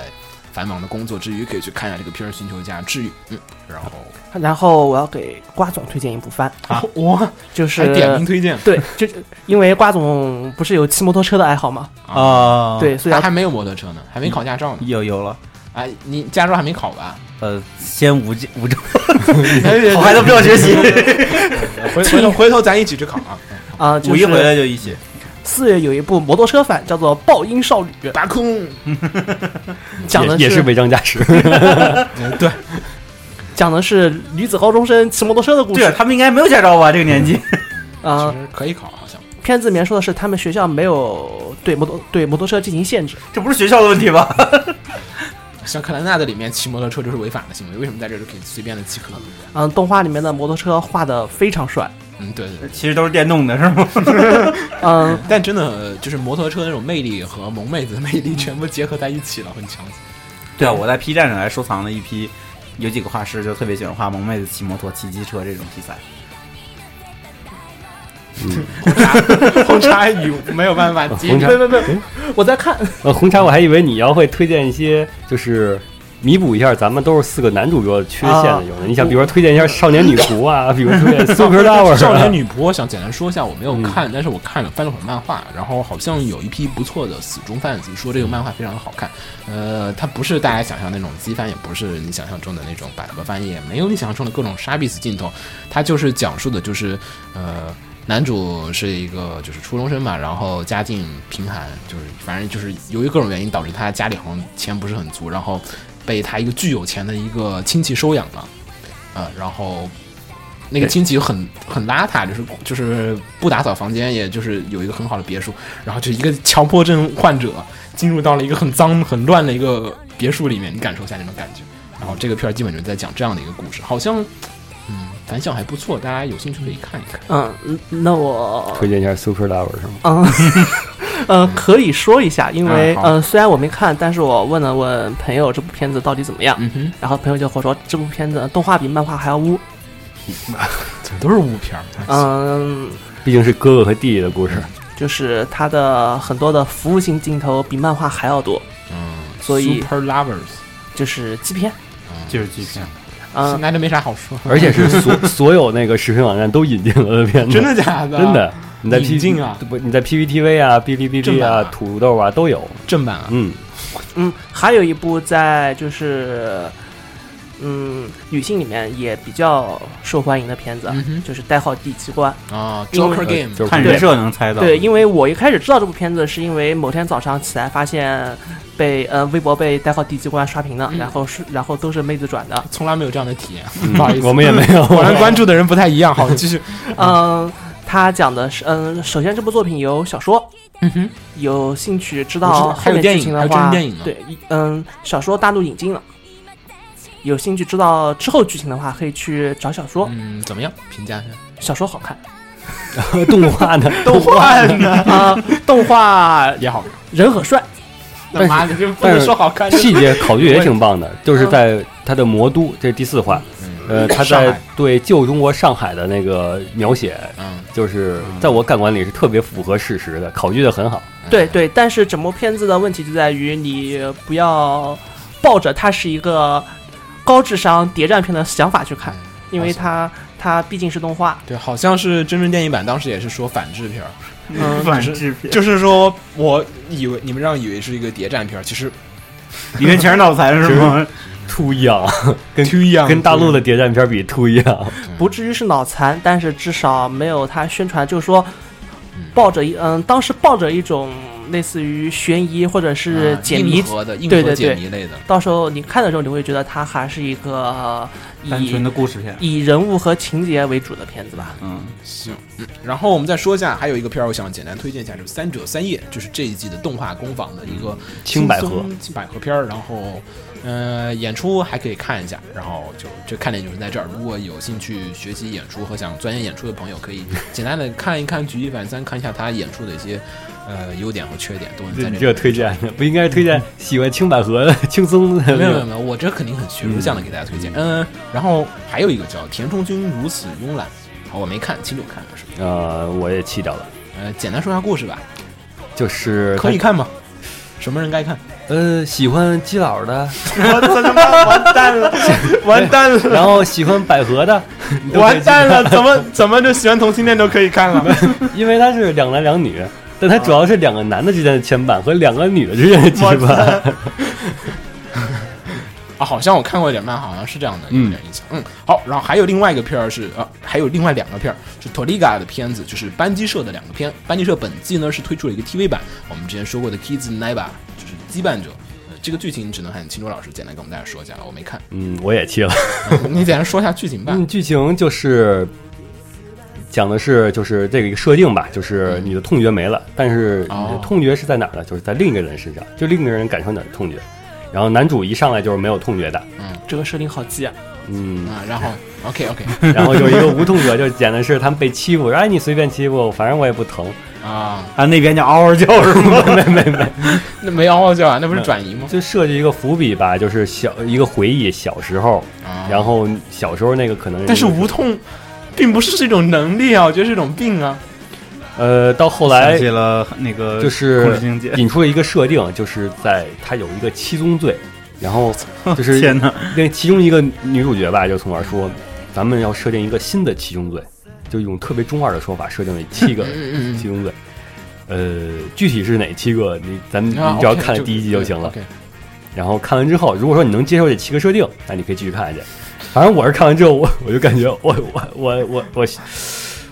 繁忙的工作之余可以去看一下这个片儿，寻求一下治愈。嗯，然后
然后我要给瓜总推荐一部番，
啊
哇，
就是
还点名推荐，
对，就因为瓜总不是有骑摩托车的爱好吗？
啊，，
对，所以
他
要
还没有摩托车呢，还没考驾照呢。
有有了，
哎，你驾照还没考 吧？
呃，先无尽无证，
好
好孩子不要学习，
哎回回头回头咱一起去考啊！
啊，就
五一
是
回来就一起。
四月有一部摩托车番叫做《爆音少女》，
拔空，
讲的
也也
是
是违章驾 驶，
嗯对，
讲的是女子高中生骑摩托车的故事
对啊，他们应该没有驾照吧？这个年纪，
啊、
其实可以考，好像
片子里面说的是他们学校没有对摩托对摩托车进行限制，
这不是学校的问题吧？
像克兰纳的里面骑摩托车就是违法的行为，为什么在这就可以随便的骑克？
嗯，动画里面的摩托车画的非常帅，
嗯，对对对。
其实都是电动的，是吗？
嗯，
但真的就是摩托车那种魅力和萌妹子的魅力全部结合在一起了，很强。
对啊，我在 P 站上还收藏了一批，有几个画师就特别喜欢画萌妹子骑摩托、骑机车这种题材。
红茶语嗯没有办法接
红
着
茶
没 没没，我在看，
呃，红茶，我还以为你要会推荐一些，就是弥补一下咱们都是四个男主角缺陷
啊
的有的。你想，比如说推荐一下《少年女仆》啊，比如推荐《Super Lover》啊
少年女仆，我想简单说一下，我没有
嗯
看，但是我看了翻了会儿漫画，然后好像有一批不错的死忠 fans 说这个漫画非常的好看。呃，它不是大家想象那种机翻，也不是你想象中的那种百合翻，也没有你想象中的各种杀必死镜头，它就是讲述的就是呃。男主是一个就是初中生嘛，然后家境贫寒，就是反正就是由于各种原因导致他家里好像钱不是很足，然后被他一个巨有钱的一个亲戚收养了，呃，然后那个亲戚很很邋遢，就是就是不打扫房间，也就是有一个很好的别墅，然后就一个强迫症患者进入到了一个很脏很乱的一个别墅里面，你感受一下那种感觉。然后这个片儿基本就在讲这样的一个故事，好像嗯反响还不错，大家有兴趣可以看一看。
嗯，那我
推荐一下《Super Lover》是吗？
嗯。嗯，可以说一下，因为
嗯好
嗯，虽然我没看，但是我问了问朋友这部片子到底怎么样，
嗯哼，
然后朋友就和我说这部片子动画比漫画还要污。
这都是污片儿。
嗯，
毕竟是哥哥和弟弟的故事，
就是它的很多的服务性镜头比漫画还要多，
嗯，
所以
Super Lovers
就是基片。
就是机片，
嗯，
那就没啥好说，
而且是 所所有那个视频网站都引进了的片子，
真的假的？
真的。你在 P
引进啊
不，你在 PPTV 啊、哔哩哔
正
哩
版
啊、
啊
土豆啊都有。
正版啊，
嗯，
嗯，还有一部在就是，嗯，女性里面也比较受欢迎的片子，
嗯哼
就是代号第七关。
啊
因为
，Joker
呃
Game
就是
看人设能猜到。
对，因为我一开始知道这部片子，是因为某天早上起来发现被呃微博被代号第七关刷屏了，然后是然后都是妹子转的，
从来没有这样的体验，不好意思，
嗯我 们也没有。
果然关注的人不太一样。好，继续。
嗯，他讲的是，嗯，首先这部作品有小说，
嗯哼，
有兴趣知
我知
道
道
后面剧情
还有电影还有
的话，
真人电影呢
对，嗯，小说大陆引进了，有兴趣知道之后剧情的话，可以去找小说，
嗯，怎么样？评价一下。
小说好看
动画呢？动画 呢？
啊、动画
也好，
人很帅，
那妈的就不
但
能
是
说嗯好看，
细节考据也挺棒的，就是在他的魔都，这是第四话，呃，他
嗯上
在
海
对旧中国上海的那个描写，
嗯，
就是在我感官里是特别符合事实的，考据的 很好。
对对，但是整部片子的问题就在于你不要抱着它是一个高智商谍战片的想法去看，
嗯
因为它它毕竟是动画，
对，好像是真人电影版，当时也是说反制片儿，
嗯
反制 片，
就是说我以为你们让以为是一个谍战片儿，其实
里面全是脑残是吗？
兔一样，
跟一样
跟大陆的谍战片比，兔一样。
不至于是脑残，但是至少没有它宣传，就是说抱着一嗯，当时抱着一种类似于悬疑或者是解谜，
和的啊硬
对
核
对
解
对
谜类的，
到时候你看的时候你会觉得它还是一个呃
单纯
以
的故事片。
以人物和情节为主的片子吧。
嗯，
行，嗯，然后我们再说一下，还有一个片儿，我想简单推荐一下，就是《三者三夜》，就是这一季的动画工坊的一个
青百合
轻松青百合片儿。然后，呃，演出还可以看一下。然后嗯就这看点就是在这儿，如果有兴趣学习演出和想钻研演出的朋友，可以简单的看一看举一反三，看一下他演出的一些呃优点和缺点，都能在
你
这
这
里。
推荐的不应该推
嗯
荐喜欢青百合的、轻松的
没有没有没有，我这肯定很学术向的给大家推荐。嗯，然后还有一个叫《田中君如此慵懒》，好，我没看，清楚看了是。
呃，我也弃掉了。
呃，简单说一下故事吧。
就是
可以看吗？什么人该看？
呃，喜欢基佬 的，
我操他妈完蛋了，完蛋了，
然后喜欢百合的，你都可以
完蛋了，怎么怎么就喜欢同性恋都可以看了？
因为他是两男两女，但他主要是两个男的之间的牵绊和两个女的之间的羁绊。
啊，好像我看过一点漫，好像是这样的，
嗯
有点印象。嗯，好，然后还有另外一个片儿是啊，还有另外两个片儿是 Toliga 的片子，就是班机社的两个片。班机社本季呢是推出了一个 TV 版，我们之前说过的 Kids n a i b a 就是羁绊者。呃这个剧情只能喊秦卓老师简单跟我们大家说一下了，我没看，
嗯，我也气了。
你简单说一下剧情吧。
嗯，剧情就是讲的是就是这个一个设定吧，就是你的痛觉没了，但是你的
哦
痛觉是在哪儿呢？就是在另一个人身上，就另一个人感受你的痛觉。然后男主一上来就是没有痛觉的，
这个设定好记啊！
嗯，
啊，然后 OK OK
然后就是一个无痛觉，就简直是他们被欺负，说哎你随便欺负我，反正我也不疼。
啊，
啊，那边叫嗷嗷叫是吗？
那没嗷嗷叫啊，那不是转移吗？
就设计一个伏笔吧，就是小一个回忆小时候，
啊，
然后小时候那个可能
但是无痛，并不是一种能力啊，我觉得是一种病啊。
呃到后
想
来
起了那个
就是
控制精姐，
引出了一个设定，就是在他有一个七宗罪，然 后就是
天哪，
那其中一个女主角吧，就从而说，咱们要设定一个新的七宗罪，就用特别中二的说法设定了七个
嗯嗯
七宗罪。呃，具体是哪七个，你咱们
嗯，
啊
你只要看了第一集就行了。然后看完之后，如果说你能接受这七个设定，那你可以继续看下去。反正我是看完之后，我 我就感觉我我我我我。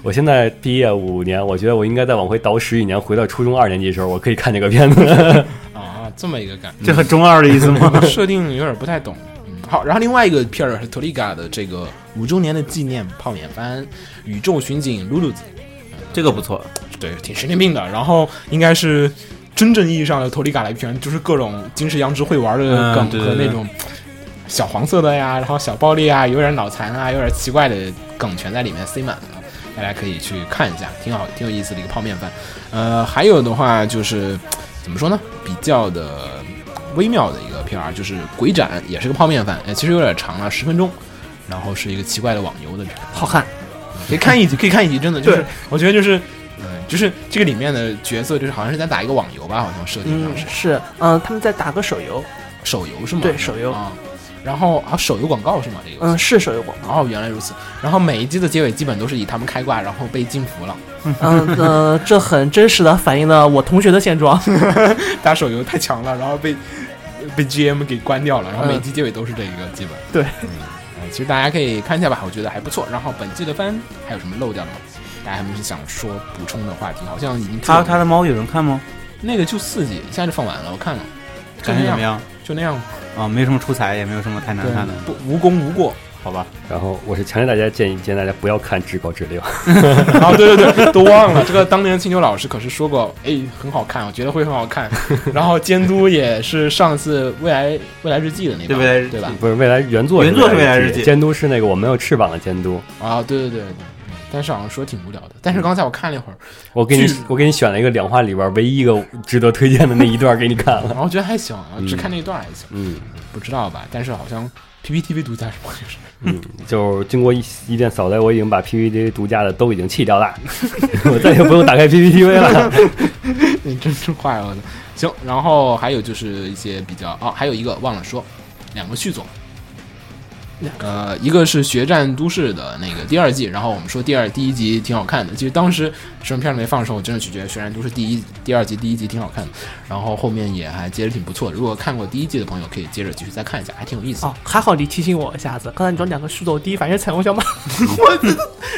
我现在毕业五年，我觉得我应该再往回倒十几年，回到初中二年级的时候，我可以看这个片 子。
啊，这么一个感觉。
这很中二的意思吗？
设定有点不太懂。嗯，好，然后另外一个片儿是 Toliga 的这个五周年的纪念泡面番《宇宙巡警露露子
这个不错，》，
对，挺神经病的。然后应该是真正意义上的 Toliga 来片，就是各种金石羊直会玩的
嗯
梗
对
和
对
那种小黄色的呀，然后小暴力啊，有点脑残啊，有点奇怪的梗全在里面塞满了。大家可以去看一下，挺好，挺有意思的一个泡面番。呃，还有的话就是怎么说呢，比较的微妙的一个片儿，就是《鬼斩》，也是个泡面番，哎，其实有点长了，十分钟。然后是一个奇怪的网游的片儿，
好看，
可以看一集，可以看一集，真的就是
对，
我觉得就是，嗯，就是这个里面的角色就是好像是在打一个网游吧，好像设定上
嗯，
是
是，嗯，他们在打个手游，
手游是吗？
对手游
啊，然后啊，手游广告是吗？这个游
嗯，
戏。
是手游广告，
哦，原来如此。然后每一季的结尾基本都是以他们开挂，然后被禁服了。
嗯嗯，呃 这很真实的反映了我同学的现 状，
打手游太强了，然后被呃被 GM 给关掉了，然后每
嗯
季结尾都是这一个，基本。
对
嗯，呃其实大家可以看一下吧，我觉得还不错。然后本季的番还有什么漏掉的吗？大家还没是想说补充的话题，好像已经
他他的猫有人看吗？
那个就四集，一下就放完了，我看了，就
感觉
那
怎么
样，
样？
就那样，
啊，没什么出彩，也没有什么太难看的，
对，不无功无过，
好吧？
然后我是强烈大家建议，建议大家不要看《至高指令》。
啊，对对对，都忘了。这个当年青牛老师可是说过，哎，很好看，我觉得会很好 看。然后监督也是上次未来未来日记的那
对
个，
未来日记
对吧？
不是未来原作，
原作是
未
未来
日
日记
监督是那个我没有翅膀的监督。
啊，对对对对。嗯但是好像说挺无聊的，但是刚才我看了一会儿，
我给你
剧
我给你选了一个两话里边唯一一个值得推荐的那一段给你看 了。
然后觉得还行，只看那一段还行，
嗯
不知道吧？但是好像 PPTV 独家是吧？就是
嗯，就是经过一一遍扫雷，我已经把 PPT 独家的都已经弃掉了， 我再也不用打开 PPTV 了。
你 真是坏了。行，然后还有就是一些比较哦，还有一个忘了说，两个续作。呃，一个是《决战都市》的那个第二季，然后我们说第二第一集挺好看的。其实当时什么片儿没放的时候，我真的是觉得《决战都市》第一第二集第一集挺好看的，然后后面也还接着挺不错的。如果看过第一季的朋友，可以接着继续再看一下，还挺有意思。
哦，还好你提醒我一下子，刚才你说两个虚走，第一反应彩虹小 马，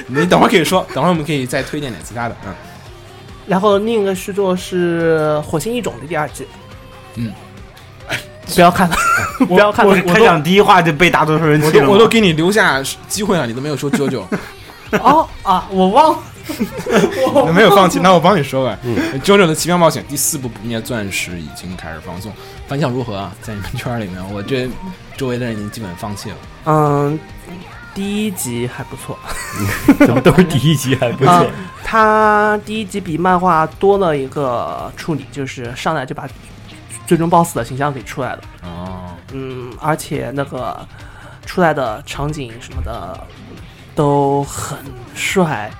你等会儿可以说，等会儿我们可以再推荐点其他的。嗯，
然后另一个虚作是《火星异种》的第二季，
嗯，
不要看了， 不要看了，
我
我
开
都
场第一话就被大多数人
我
弃了
都我都
吗，
给你留下机会了，你都没有说九九。
哦啊，我忘了，
你 没有放弃，那我帮你说吧。嗯，JoJo 的奇妙冒险第四部《不灭钻石》已经开始放送，反响如何啊？在你们圈里面，我这周围的人已经基本放弃了。
嗯，第一集还不错，
怎么都是第一集还不
啊
错？，
它第一集比漫画多了一个处理，就是上来就把最终 BOSS 的形象给出来了。
哦，
嗯，而且那个出来的场景什么的都很帅。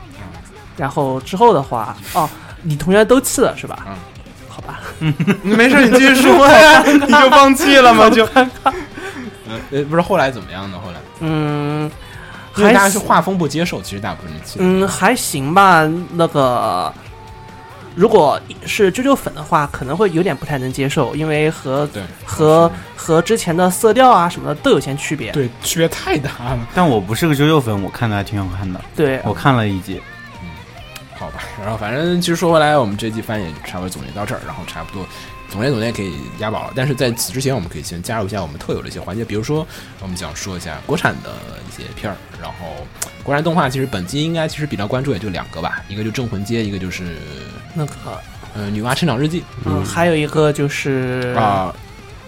然后之后的话，哦，你同学都弃了是吧？
嗯
好吧，
没事，你继续说呀，你就放弃了吗？就，呃，不是后来怎么样的？后来，
嗯，
因为大
还
家是嗯
行嗯
画风不接受，其实大部分人气。
嗯还行吧。那个如果是啾啾粉的话，可能会有点不太能接受，因为和
对
和和之前的色调啊什么的都有些区别。
对区别太大了，
但我不是个啾啾粉，我看的还挺好看的，
对
哦
我看了一集。
好吧。然后反正其实说回来，我们这季番也差不多总结到这儿，然后差不多总结总结可以押宝了。但是在此之前，我们可以先加入一下我们特有的一些环节，比如说我们想说一下国产的一些片儿，然后国产动画其实本季应该其实比较关注也就两个吧，一个就《镇魂街》，一个就是
那个
呃《女娲成长日记
嗯，还有一个就是》
啊、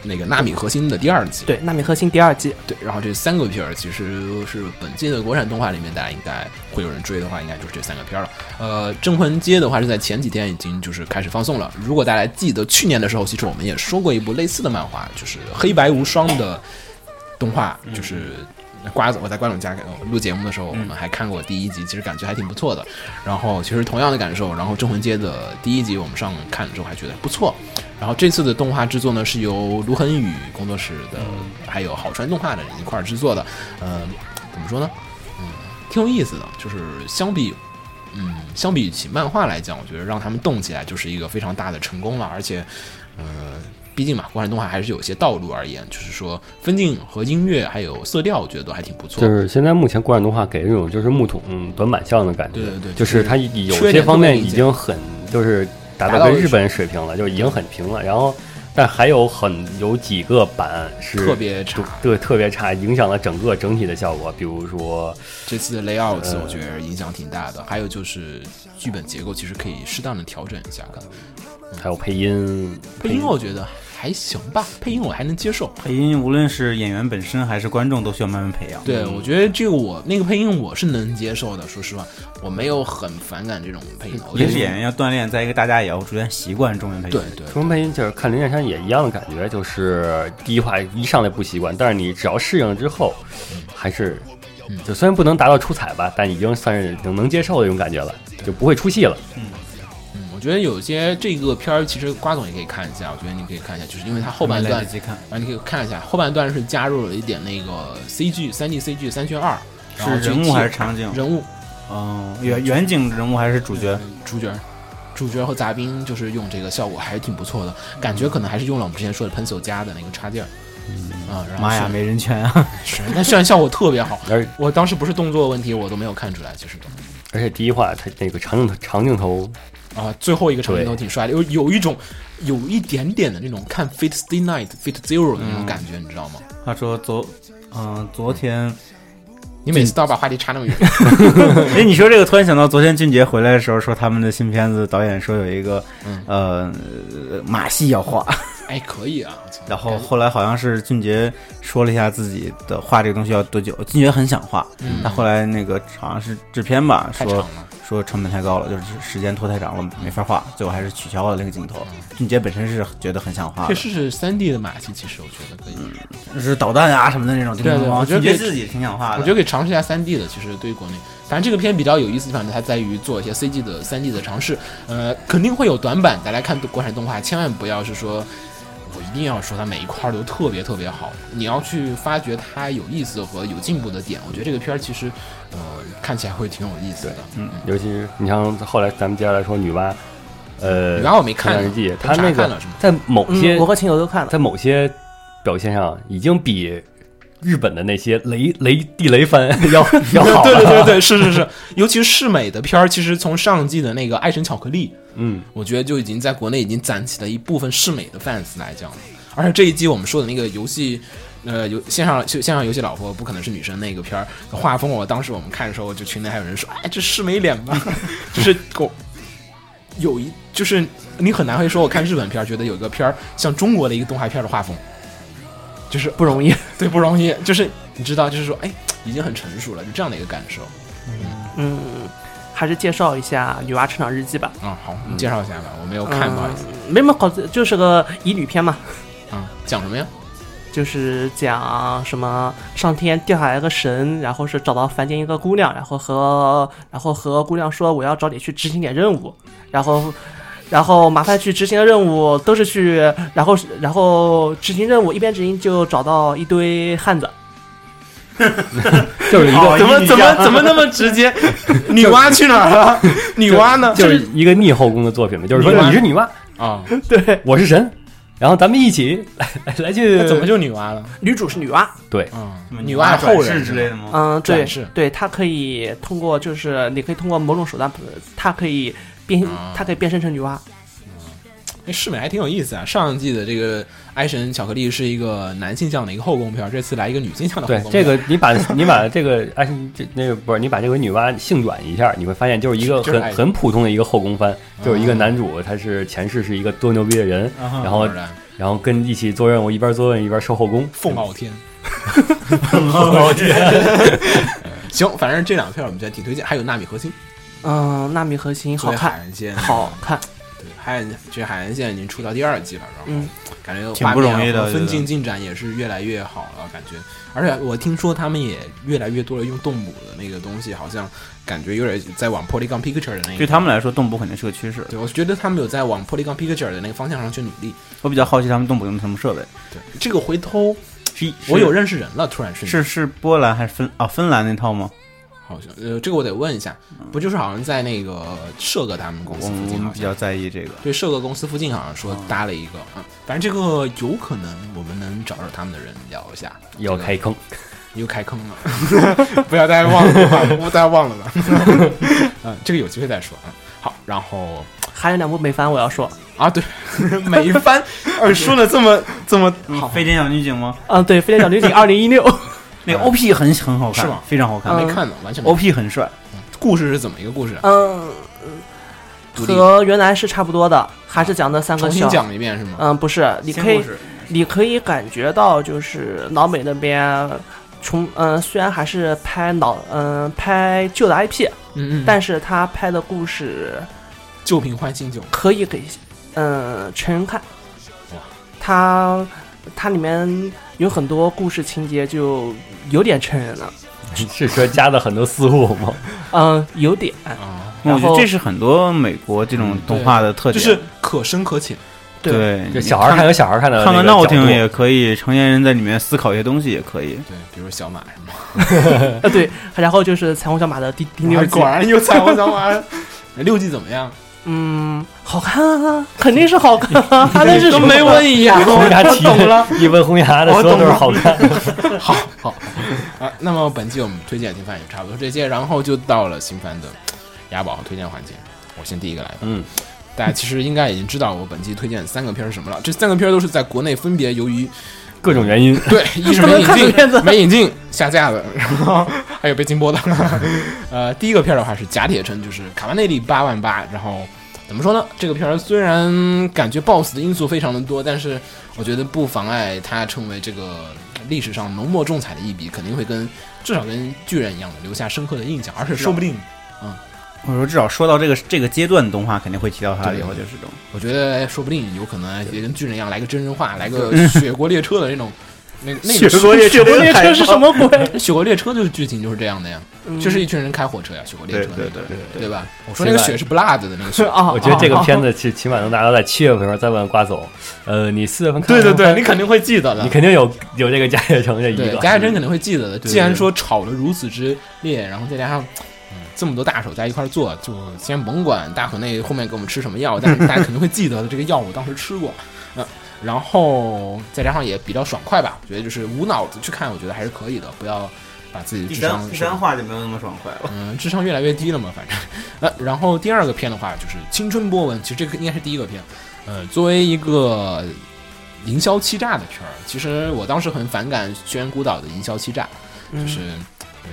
那个《纳米核心》的第二季。
对《纳米核心》第二季，
对，然后这三个片儿其实是本季的国产动画里面，大家应该会有人追的话，应该就是这三个片儿了。呃，《镇魂街》的话是在前几天已经就是开始放送了。如果大家记得去年的时候，其实我们也说过一部类似的漫画，就是《黑白无双》的动画，就是。瓜子，我在瓜总家给我录节目的时候，我们还看过第一集，其实感觉还挺不错的。然后其实同样的感受，然后《镇魂街》的第一集我们上看了之后还觉得不错，然后这次的动画制作呢，是由卢恒宇工作室的，还有好川动画的人一块儿制作的。呃，怎么说呢？嗯，挺有意思的，就是相比，嗯，相比起漫画来讲，我觉得让他们动起来就是一个非常大的成功了。而且，呃，毕竟嘛，国产动画还是有些道路而言，就是说分镜和音乐还有色调，我觉得都还挺不错。
就是现在目前国产动画给人一种就是木桶短板像的感觉，
对对对
就是它已有
缺
些
点
方面
不能
已
理解
经很就是达
达
到
到
跟日本水平了，就已经很平了。然后，但还有很有几个版是
特别差
对，特别差，影响了整个整体的效果。比如说，
这次的 layout
嗯
我觉得影响挺大的，还有就是剧本结构其实可以适当的调整一下。可能
还有配音，
配音我觉得还行吧，配音我还能接受。
配音哎无论是演员本身还是观众，都需要慢慢培养。
对，我觉得这个我那个配音我是能接受的，说实话，我没有很反感这种配音。我觉
也
得
是演员要锻炼，再一个大家也要逐渐习惯中文配音。
对对
中文配音就是看《零剑山》也一样的感觉，就是第一话一上来不习惯，但是你只要适应了之后，
嗯
还是就虽然不能达到出彩吧，但已经算是能能接受的一种感觉了，就不会出戏了。
嗯，我觉得有些这个片儿其实瓜总也可以看一下，我觉得你可以看一下，就是因为它后半
没来
段
得及看
啊，你可以看一下后半段是加入了一点那个 CG 三 D CG 三选二，然后
是
去
人物
替
还是场景？
人物
嗯，远远景人物还是主角？
主角。主角和杂兵就是用这个效果还是挺不错的，感觉可能还是用了我们之前说的喷手家的那个插件儿，啊、然后
妈呀，
是
没人权啊！
是但渲染效果特别好，
而
我当时不是动作问题，我都没有看出来，其实都。
而且第一话它那个长镜头长镜头，
啊，最后一个场景
对
都挺帅的，有有一种有一点点的那种看《Fate Stay Night》《Fate Zero》的那种感觉，你知道吗？
话说昨，嗯，昨天，
你每次都要把话题插那么远，
哎，你说这个，突然想到昨天俊杰回来的时候说他们的新片子导演说有一个
嗯，
呃马戏要画，
哎，可以啊。我操
然后后来好像是俊杰说了一下自己的画这个东西要多久，俊杰很想画，
嗯
但后来那个好像是制片吧
太长
说
了，
说成本太高了，就是时间拖太长了，没法画，最后还是取消了那个镜头。
嗯
俊杰本身是觉得很想画
这
的，
是是三 D 的马戏，其实我觉得可以，
就是导弹啊什么的那种，
对对我觉得
俊杰
可以
自己挺想画的。
我觉得可以尝试一下三 D 的。其实对于国内，反正这个片比较有意思的地方，它在于做一些 CG 的三 D 的尝试。呃，肯定会有短板，大家看国产动画千万不要是说。我一定要说它每一块儿都特别特别好，你要去发掘它有意思和有进步的点。我觉得这个片儿其实，呃，看起来会挺有意思的。嗯，
尤其是你像后来咱们接下来说女娲，呃，
女娲我没看
成长日记，它
红茶
那
嗯看
个
了是吗
在某些、
嗯，我和秦友都看了。
在某些表现上已经比日本的那些雷雷地雷番 要要好了。
对对对对，是是是，尤其是世美的片儿，其实从上季的那个《爱神巧克力》，
嗯，
我觉得就已经在国内已经攒起了一部分世美的 fans 来讲了。而且这一季我们说的那个游戏，呃，游线上线上游戏老婆不可能是女生那个片儿的画风，我当时我们看的时候，就群里还有人说，哎，这世美脸吧， 就是狗。有一就是你很难会说，我看日本片儿觉得有一个片儿像中国的一个动画片儿的画风，就是不容易，对，不容易，就是你知道，就是说，哎，已经很成熟了，就这样的一个感受
嗯， 还是介绍一下《女娲成长日记》吧。
啊、好，你介绍一下吧，我没有看，不好意思。
嗯没什么好，就是个乙女片嘛，
啊，讲什么呀？
就是讲什么上天掉下来个神，然后是找到凡间一个姑娘，然后和然后和姑娘说我要找你去执行点任务，然后然后麻烦去执行的任务都是去，然后然后执行任务一边执行就找到一堆汉子，
就是一个
怎么
啊
怎么怎么那
么
么直接？女娲去哪儿了？女娲 呢？
就是一个逆后宫的作品嘛，就是说
女娲
你是女 娲，
啊，
对，
我是神，然后咱们一起来 来来去
那怎么就女娲了？
女主是女娲，
对
嗯，女娲后人
之类的吗？
嗯，对
转世，
对，她可以通过就是你可以通过某种手段，她可以变
啊，
她可以变身成女娲，
那世哎美还挺有意思啊。上一季的这个《哀神巧克力》是一个男性向的一个后宫片儿，这次来一个女性向的后
对
宫片儿。
这个你把你把这个哎这那个不是你把这个女娲性转一下，你会发现就是 一个
就是
很
爱
很普通的一个后宫番，就是一个男主他是前世是一个多牛逼的人，
啊
然后
当然
然后跟一起做任务，一边做任务一边收后宫，
凤傲天， 行，反正这两片儿我们觉得挺推荐，还有《纳米核心》，
嗯，纳米核心
作
好
为海
看，
岸线，
好看，
对，海岸这海岸线已经出到第二季了，然后
嗯
感觉
挺不容易的
画面啊分
觉得
镜进展也是越来越好了，感觉。而且我听说他们也越来越多的用动捕的那个东西，好像感觉有点在往 Polygon Picture 的那个。
对他们来说，动捕肯定是个趋势。
对，我觉得他们有在往 Polygon Picture 的那个方向上去努力。
我比较好奇他们动捕用什么设备。
对，这个回头
是，
我有认识人了，突然瞬间
是是波兰还是芬啊芬兰那套吗？
好像呃，这个我得问一下，不就是好像在那个社哥他们公司
我
附
们我
近
们
好
嗯比较
像。
在意这个。
对，社哥公司附近好像
哦
说搭了一个，嗯，反正这个有可能我们能找找他们的人聊一下。
要
这个
开坑。
又开坑了， 不要再忘了，不要再忘了吧。 嗯，这个有机会再说啊。好，然后
还有两部美番我要说，
啊，对， 每 番
呃，说的这么这么飞天小女警吗？
嗯，对，《飞天小女 警》二零一六，
那个 OP 很很好看，
是吗
非常好看。
啊没看呢，完全没看。
OP 很帅，
故事是怎么一个故事？
嗯，
独立
和原来是差不多的，还是讲的三个
重新
小，
讲一遍是吗？
呃
嗯，不是，你可以你可以感觉到，就是老美那边从嗯、虽然还是拍老嗯、拍旧的 IP，
嗯嗯。
但是他拍的故事
旧瓶换新酒，
可以给嗯、成人看
哇。
它它里面有很多故事情节就有点成人了，
是说加了很多私货 吗？
嗯，有点。
啊，
我
然
觉
后
得这是很多美国这种动画的特
就
点，
是可深可浅。
对
就小孩儿看有小孩儿看的
看个
那
闹
个角
挺
度
也可以，成年人在里面思考一些东西也可以。
对，比如小马什么。
啊，对，然后就是彩虹小马的第第 六季，
然有彩虹小马。 六季怎么样？
嗯，好看啊，肯定是好看啊， 还能是什
都
么
没问一
啊
眼，
红牙奇
懂了。
一问红牙的
我
所有
懂
都是
了
好看。
好好啊，那么本期我们推荐的新番也差不多这些，然后就到了新番的押宝和推荐环节。我先第一个来吧。
嗯，
大家其实应该已经知道我本期推荐三个片儿是什么了。这三个片儿都是在国内分别由于
各种原 因，
对一是
不
没
能
引
看的片子
进，没引进下架的，然后 还有被禁播的。呃，第一个片儿的话是《假铁城》，就是卡瓦内利八万八。然后怎么说呢？这个片儿虽然感觉 BOSS 的因素非常的多，但是我觉得不妨碍它成为这个历史上浓墨重彩的一笔，肯定会跟至少跟巨人一样的留下深刻的印象，而且说不定
我说至少说到这个这个阶段的动画，肯定会提到它，以后就是这种。
我觉得说不定有可能也跟巨人一样来个真人化，来 个雪国列车的那种，那那个
国列车，
列车是什么 鬼？
雪国列车就是剧情就是这样的呀，就是一群人开火车呀，雪国列
对
车那
对
个，
对对，
对吧？我说那个雪是不辣的的那个雪
是，啊，
哦我觉得这个
啊
片子起起码能达到在七月份的时候再问瓜总，呃，你四月份看了吗，
你肯定会记得的
你。肯定有有这个加血城这一
对，
个，
贾亚珍肯定会记得的。
对
既然说炒得如此之烈，然后再加上。嗯这么多大手在一块儿做，就先甭管大河内后面给我们吃什么药，但是大家肯定会记得的。这个药我当时吃过，嗯，然后再加上也比较爽快吧，我觉得就是无脑子去看，我觉得还是可以的，不要把自己的智商
话就没有那么爽快 了。
嗯，智商越来越低了嘛，反正。呃，然后第二个片的话就是《青春波纹》，其实这个应该是第一个片。呃，作为一个营销欺诈的片儿，其实我当时很反感轩孤岛的营销欺诈，就是，嗯，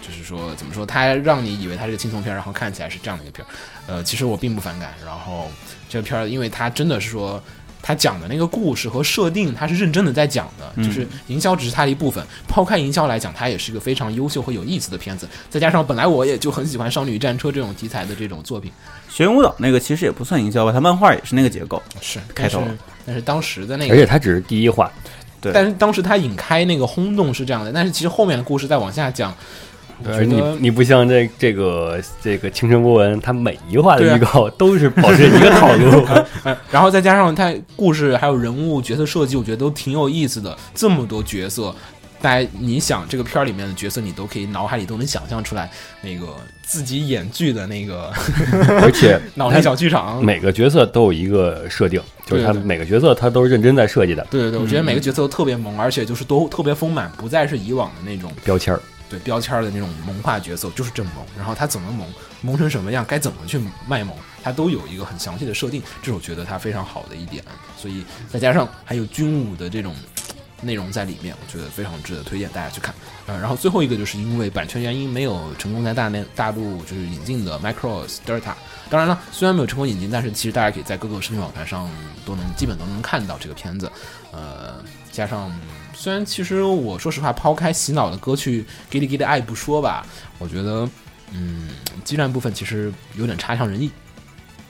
就是说怎么说，它让你以为它是个轻松片儿，然后看起来是这样的一个片儿。呃，其实我并不反感。然后这个片儿，因为它真的是说。它讲的那个故事和设定，它是认真的在讲的，就是营销只是它的一部分。抛开营销来讲，它也是一个非常优秀和有意思的片子。再加上本来我也就很喜欢少女战车这种题材的这种作品，
学员舞蹈那个其实也不算营销吧，它漫画也哦是那个结构。
是
开头
但是但是当时的那个，
而且它只是第一话，
对
但是当时它引开那个轰动是这样的，但是其实后面的故事再往下讲，我觉
而你
得
你不像这这个这个青春波纹，它每一话
对啊
的预告 都是保持一个套 路，
嗯，然后再加上它故事还有人物角色设计，我觉得都挺有意思的。这么多角色，大家你想这个片儿里面的角色，你都可以脑海里都能想象出来那个自己演剧的那个
而且
脑力小剧场。
每个角色都有一个设定，就是他
对对对
每个角色他都是认真在设计的
对对对，我觉得每个角色都特别萌，而且就是都特别丰满，不再是以往的那种
标签儿。
对标签儿的那种萌化角色，就是这么萌。然后他怎么萌，萌成什么样，该怎么去卖萌，他都有一个很详细的设定，这是我觉得他非常好的一点。所以再加上还有军武的这种嘖内容在里面，我觉得非常值得推荐大家去看。呃，然后最后一个就是因为版权原因没有成功在大内大陆就是引进的 Micros Delta。当然了，虽然没有成功引进，但是其实大家可以在各个视频网站上都能基本都能看到这个片子。呃，加上虽然其实我说实话，抛开洗脑的歌去《给你给的爱》不说吧，我觉得，嗯，激战部分其实有点差强人意，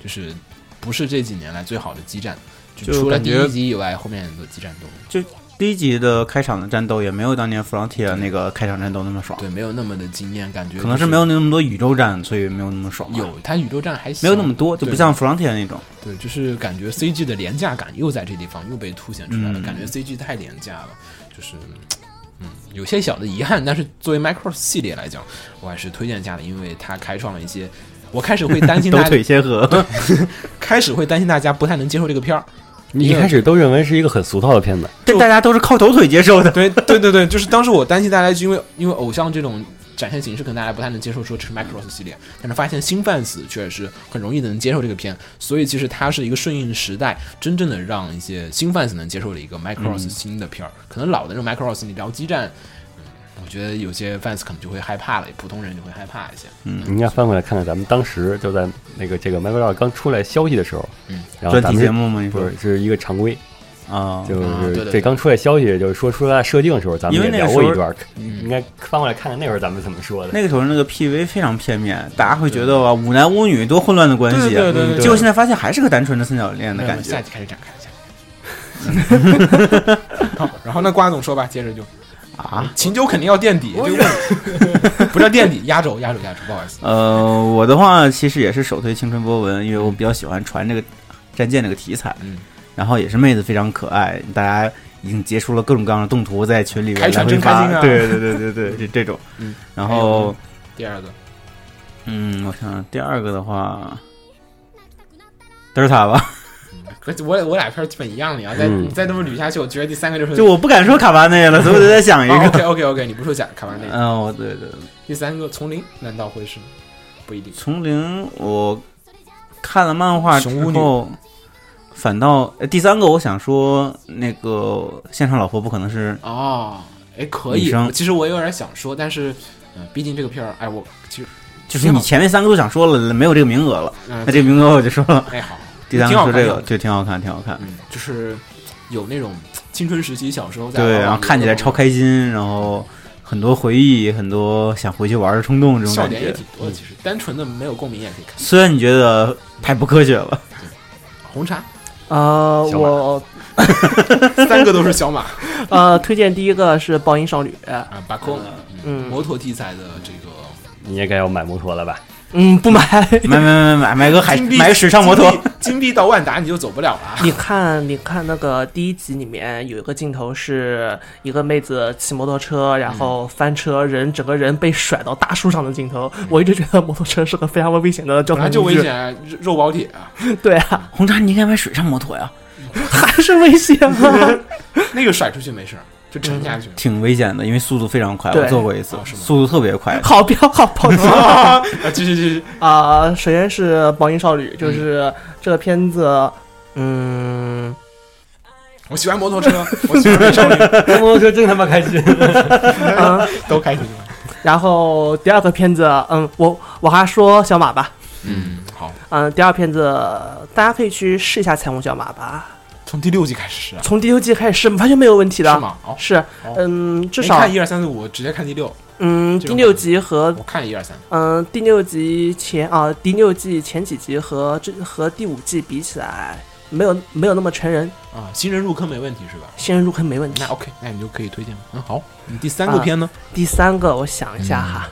就是不是这几年来最好的激战，就
就
除了
感
第
觉
一集以外，后面的激战都
第一集的开场的战斗也没有当年 Frontier 那个开场战斗那么爽，
对没有那么的惊艳，感觉
可能
就是
没有那么多宇宙战，所以没有那么爽吧。
有它宇宙战还行
没有那么多，就不
对
像 Frontier 那种。
对，就是感觉 CG 的廉价感又在这地方又被凸显出来了，
嗯
感觉 CG 太廉价了，就是嗯有些小的遗憾，但是作为 Micros 系列来讲，我还是推荐一下的，因为它开创了一些。我开始会担 心
抖
大家，
腿先和，
开始会担心大家不太能接受这个片儿，
你一开始都认为是一个很俗套的片子，
这大家都是靠抖腿接受的。
对对对对，就是当时我担心大家，因为因为偶像这种展现形式，可能大家不太能接受，说这是 Macross 系列，但是发现新 fans 确实是很容易的能接受这个片，所以其实它是一个顺应时代，真正的让一些新 fans 能接受的一个 Macross 新的片儿。可能老的那种 Macross，你聊激战。嗯，我觉得有些 fans 可能就会害怕了，普通人就会害怕一些。
你应该翻回来看看咱们当时就在那个这个 m i c r o 刚出来消息的时候，
嗯，
然后
专
咱
题
们
节目吗？你
不
说
是是一个常规，
啊？
就
啊对对
是
对
这刚出来消息，就是说出来设定的时候，咱们
因
也
为
聊
那个
过
时候
一段，
嗯
应该翻过来看看那会儿咱们怎么说的。
那个时候那个 PV 非常片面，大家会觉得哇，五男五女多混乱的关系。啊
对对对对对
结果现在发现还是个单纯的三角恋
那
的
我
感
们下
觉。
期开始展开一下。 好然后那瓜总说吧，接着就
啊，
秦九肯定要垫底，就 不叫垫底，压轴压轴压轴，不好意思。
呃，我的话其实也是首推青春波纹，因为我比较喜欢船这个战舰这个题材，
嗯，
然后也是妹子非常可爱，大家已经截出了各种各样的动图在群里面
开船
来回
真开
发
心啊
对对对对对，是这种。
嗯，
然
还有
后
呢第二个，
嗯，我想第二个的 话，德尔塔吧。
可我我俩片儿基本一样的，你要再
嗯
你再这么捋下去，我觉得第三个就是哦
就我不敢说卡巴内了，所以我就在 想一个。
OK OK OK，你不说假卡完那个，
嗯，我对对，
第三个从零难道会是不一定？
从零我看了漫画之
熊巫女
后，反倒、呃第三个我想说那个现场老婆不可能是
哦，哎，可以
女生。
其实我有点想说，但是嗯，毕竟这个片儿，哎，我其实
就是你前面三个都想说了，没有这个名额了，
嗯
那，这个名额我就说了。
哎好，
第三 个
挺好
说
看
这
的
个，对，挺好看，挺好看。
嗯，就是有那种青春时期小时候在
对，
玩
然后
网游
看起来
的那
超
种
开心，然后很多回忆，很多想回去玩的冲动，这种
笑
感
点也
觉。
挺多的，其实单纯的没有共鸣也可以看。
虽然你觉得太不科学 了，
红茶，
呃，
小马
我
三个都是小马
呃推荐第一个是《暴音少女》，
啊，把控，
嗯
摩托题材的这个
你也该要买摩托了吧？
嗯，不买。
买买买买买个海
金币
买个水上摩托，
金币，金币到万达你就走不了 了。
你看，你看那个第一集里面有一个镜头，是一个妹子骑摩托车，
嗯
然后翻车，人整个人被甩到大树上的镜头。我一直觉得摩托车是个非常危险的交
本
通
来就
工
危
具，
险啊，肉肉包铁啊，
对啊，
红茶，你应该买水上摩托呀，
还是危险 啊！
那个甩出去没事儿，就沉下去。
挺危险的，因为速度非常快，
对
我坐过一次
哦，是吗
速度特别快。
好标好标
啊，继续继续，
啊、首先是《宝音少女》，
嗯
就是这个片子，嗯，
我喜欢摩托车，我喜欢美少女，
摩托车真他妈开心！
嗯
都开心。
然后第二个片子，嗯，我我还说小马吧，
嗯，好，
嗯，第二片子大家可以去试一下《彩虹小马》吧，
从第六季开始是啊，
从第六季开始是完全没有问题
是
的，
吗？哦，
是
哦，
嗯，至
没
少
看一二三四五，直接看第六，
嗯，
这
第
种
六集和
我看一二三，
嗯第六集前啊，第六季前几集和这和第五季比起来，没有没有那么成人，
啊，新人入坑没问题是吧？
新人入坑没问题
那。OK，那你就可以推荐了。嗯，好，你第三个片呢？
第三个，我想一下
嗯
哈，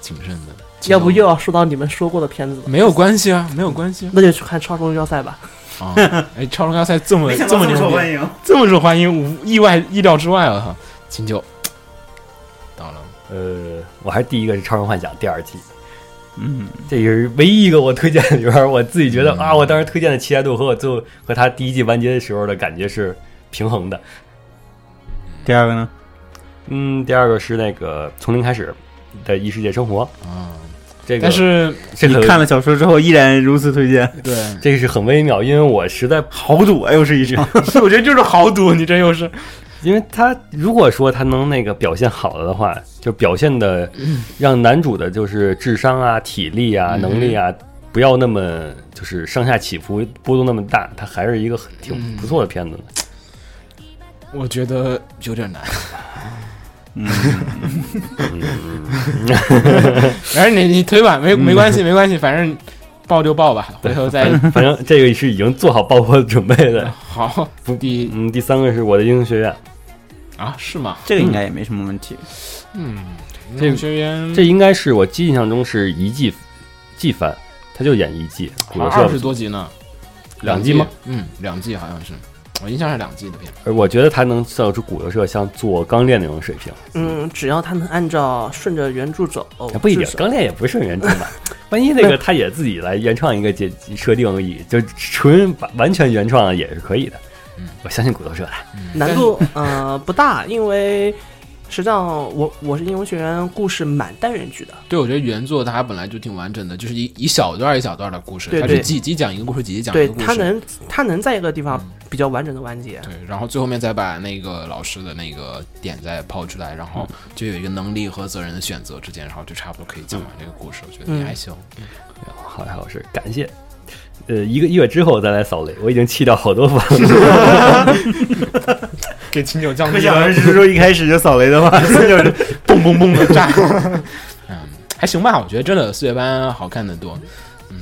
谨慎的，
要不又要说到你们说过的片子了，
没有关系啊，没有关 系啊。
那就去看《超时空要塞》吧。
啊，哎，超人要塞这么这么牛逼，
迎，
这么受欢迎，无意外意料之外了哈。金九到了，
呃，我还是第一个是《超人幻想》第二季，
嗯，
这也是唯一一个我推荐里边儿，我自己觉得啊，我当时推荐的期待度和我最后和它第一季完结的时候的感觉是平衡的。
第二个呢？
嗯，第二个是那个从零开始的异世界生活，
嗯，
这个
但是
这
你
个
看了小说之后依然如此推荐，
对，
这个是很微妙，因为我实在
豪赌啊，又是一场。
我觉得就是豪赌，你这又是
因为他如果说他能那个表现好了的话，就表现的让男主的就是智商啊、体力啊、
嗯
能力啊，不要那么就是上下起伏波动那么大，他还是一个很挺
嗯
不错的片子的。
我觉得有点难。嗯 反正你你推吧，没没关系，没关系，反正报就报吧，回头 再
反正这个是已经做好爆破准备的。
好。第
嗯，第三个是我的英雄学院，
啊是吗？
这个应该也没什么问题。
嗯，
这
这学员
这应该是我记忆印象中是一季季番，他就演一季，古罗
二十
社。
多集呢，
两季吗？
嗯，两季好像是，我印象是两季的片。
而我觉得他能造出古罗社像做钢炼那种水平，
嗯，只要他能按照顺着原著走，
不一定
至，少
钢炼也不是原著吧？ 万一那个他也自己来原创一个解设定而已，就纯把完全原创也是可以的。我相信骨头社的。
难度呃不大，因为实际上我我是英雄学院故事蛮单元剧的，
对，我觉得原作它本来就挺完整的，就是一一小段一小段的故事，
对
它是
对
几集讲一个故事，几集讲一
对
个故事。嗯
它能它能在一个地方比较完整的完结。
对，然后最后面再把那个老师的那个点再抛出来，然后就有一个能力和责任的选择之间，然后就差不多可以讲完这个故事。我觉得也还行。
好，还有是感谢。呃，一个月之后再来扫雷，我已经气到好多房 了。
给秦九降
可想而知，说一开始就扫雷 的话，就是
嘣嘣嘣 的炸。嗯，还行吧，我觉得真的四月班好看的多。嗯，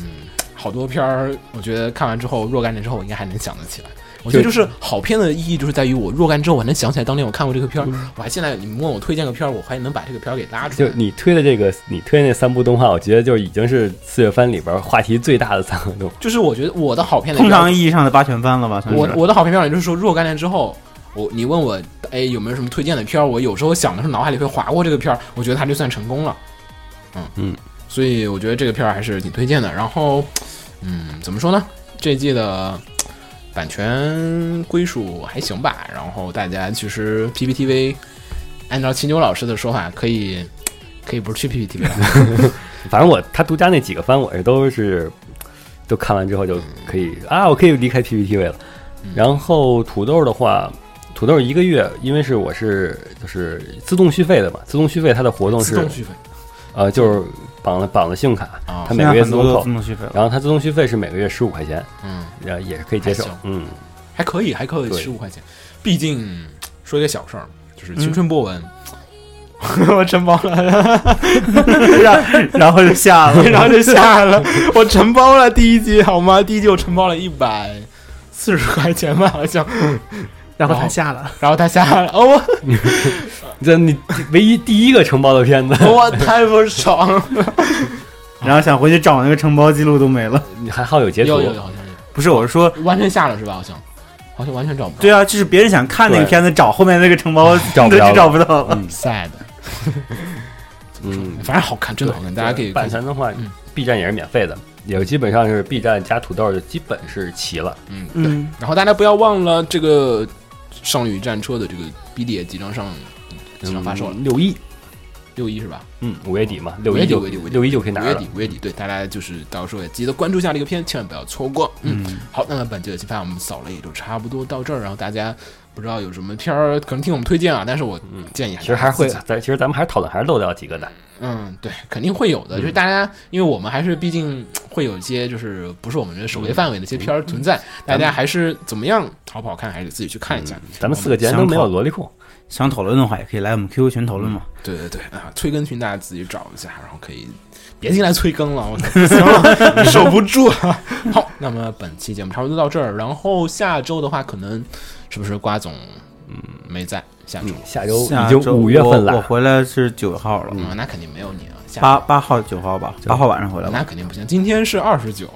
好多片儿，我觉得看完之后若干年之后，我应该还能想得起来。我觉得就是好片的意义，就是在于我若干之后，我还能想起来当年我看过这个片儿。我还现在你们问我推荐个片儿，我还能把这个片儿给拉出
就
来。
你推的这个，你推的那三部动画，我觉得就已经是四月番里边话题最大的三个动画。
就是我觉得我的好片的
通常意义上的八全番了吧？算是
我我的好片标准就是说，若干年之后，我你问我，哎，有没有什么推荐的片儿？我有时候想的是脑海里会划过这个片儿，我觉得它就算成功了。嗯
嗯，
所以我觉得这个片儿还是挺推荐的。然后，嗯，怎么说呢？这季的版权归属还行吧。然后大家其实 PPTV，按照秦九老师的说法，可以可以不是去 PPTV 了。
反正我他独家那几个番，我是都是都看完之后就可以啊，我可以离开 PPTV 了。然后土豆的话，土豆一个月，因为是我是就是自动续费的嘛，自动续费它的活动
自
是
动续费
呃就是绑了绑了信用卡，
啊
它，每
现在
个月
很
自
多
动
都
扣
自，动续费 了。
然后它自动续费是每个月十五块钱，
嗯。
然后也是可以接受
还行。
嗯，
还可以，还可以，
对
十五块钱。毕竟说一个小事儿，就是青春波纹，嗯 我承包 了，
然后然后就下了，
然后就下 了。我承包了第一季，好吗？第一季我承包了一百四十块钱吧，好 像。
然后他
哦
下了，
然后他下了，哦，我
这你唯一第一个承包的片子，
我太不爽了。
然后想回去找那个承包记录都没了。
你还好有截图
有，有有，好像有
不是，我是说，
完全下了是吧？好像，好像完全找不到。
对啊，就是别人想看那个
对
片子，找后面那个承包
找不着
就
了
哎找不到了。
嗯，sad。
嗯，
反正好看，真的好看，大家可以
版
看一下。
权的话
嗯
，B 站也是免费的，也基本上是 B 站加土豆就基本是齐了。
嗯，对。
嗯，
然后大家不要忘了这个《少女战车》的这个 BD 也即将上，即将发售了，
六一，
六一是吧？
嗯，五月底嘛，
五
六
月
一
底
就
五月底五月底
六一就可以拿
五月
了
底。，五月底，对，大家就是到时候也记得关注一下这个片，千万不要错过。嗯，好，那么本期的新番我们扫雷也就差不多到这儿，然后大家不知道有什么片儿可能听我们推荐啊，但是我建议
嗯其实还是
是
会，咱其实咱们还是讨论还是漏掉几个的。
嗯，对，肯定会有的，
嗯
就是大家，因为我们还是毕竟会有一些就是不是我们的
嗯
首页范围的一些片儿存在，大家还是怎么样好不好看，还是得自己去看一下。
嗯咱们四个竟然都没有萝莉控，
想讨论的话，也可以来我们 QQ 群讨论嘛。
对对对啊，催更群大家自己找一下，然后可以别进来催更了，我 操，不行了，守不住了。好，那么本期节目差不多到这儿，然后下周的话，可能是不是瓜总嗯没在下周
嗯？下周
下
已
周
经五月份
我我
了，
回来是九号了，
嗯，那肯定没有你了，下
八
周
八号、九号吧，八号晚上回来吧。
那肯定不行。今天是二十九，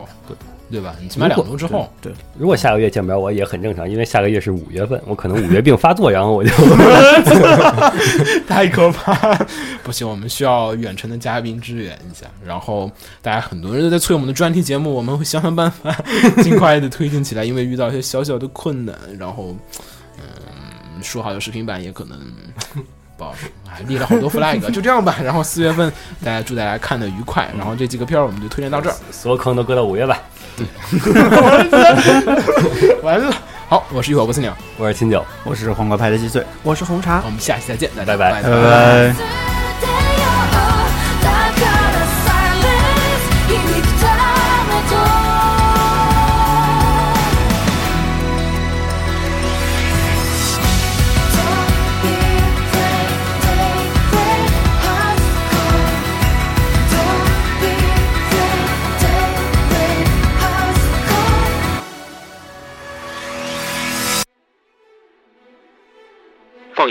对吧？你起码两周之后，
对，
如果下个月见不着我也很正常，因为下个月是五月份，我可能五月病发作，然后我就
太可怕！ 不行，我们需要远程的嘉宾支援一下。然后大家很多人都在催我们的专题节目，我们会想想办法，尽快的推进起来。因为遇到一些小小的困难，然后，嗯，说好的视频版也可能不好说，哎，立了好多 flag，就这样吧。然后四月份，大家祝大家看的愉快。然后这几个片儿我们就推荐到这儿，
所有坑都搁到五月吧。
完了。好，我是浴火不死鸟，
我是秦九，
我是黄瓜派的鸡碎，
我是红茶
我，们下期再见，大家
拜拜
拜
拜拜。
「だから silence」「響くためと」「Don't be afraid, take great hearts home」「Don't be afraid, take great hearts home」
放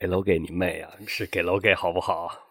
给楼给你妹啊，是给楼给好不好？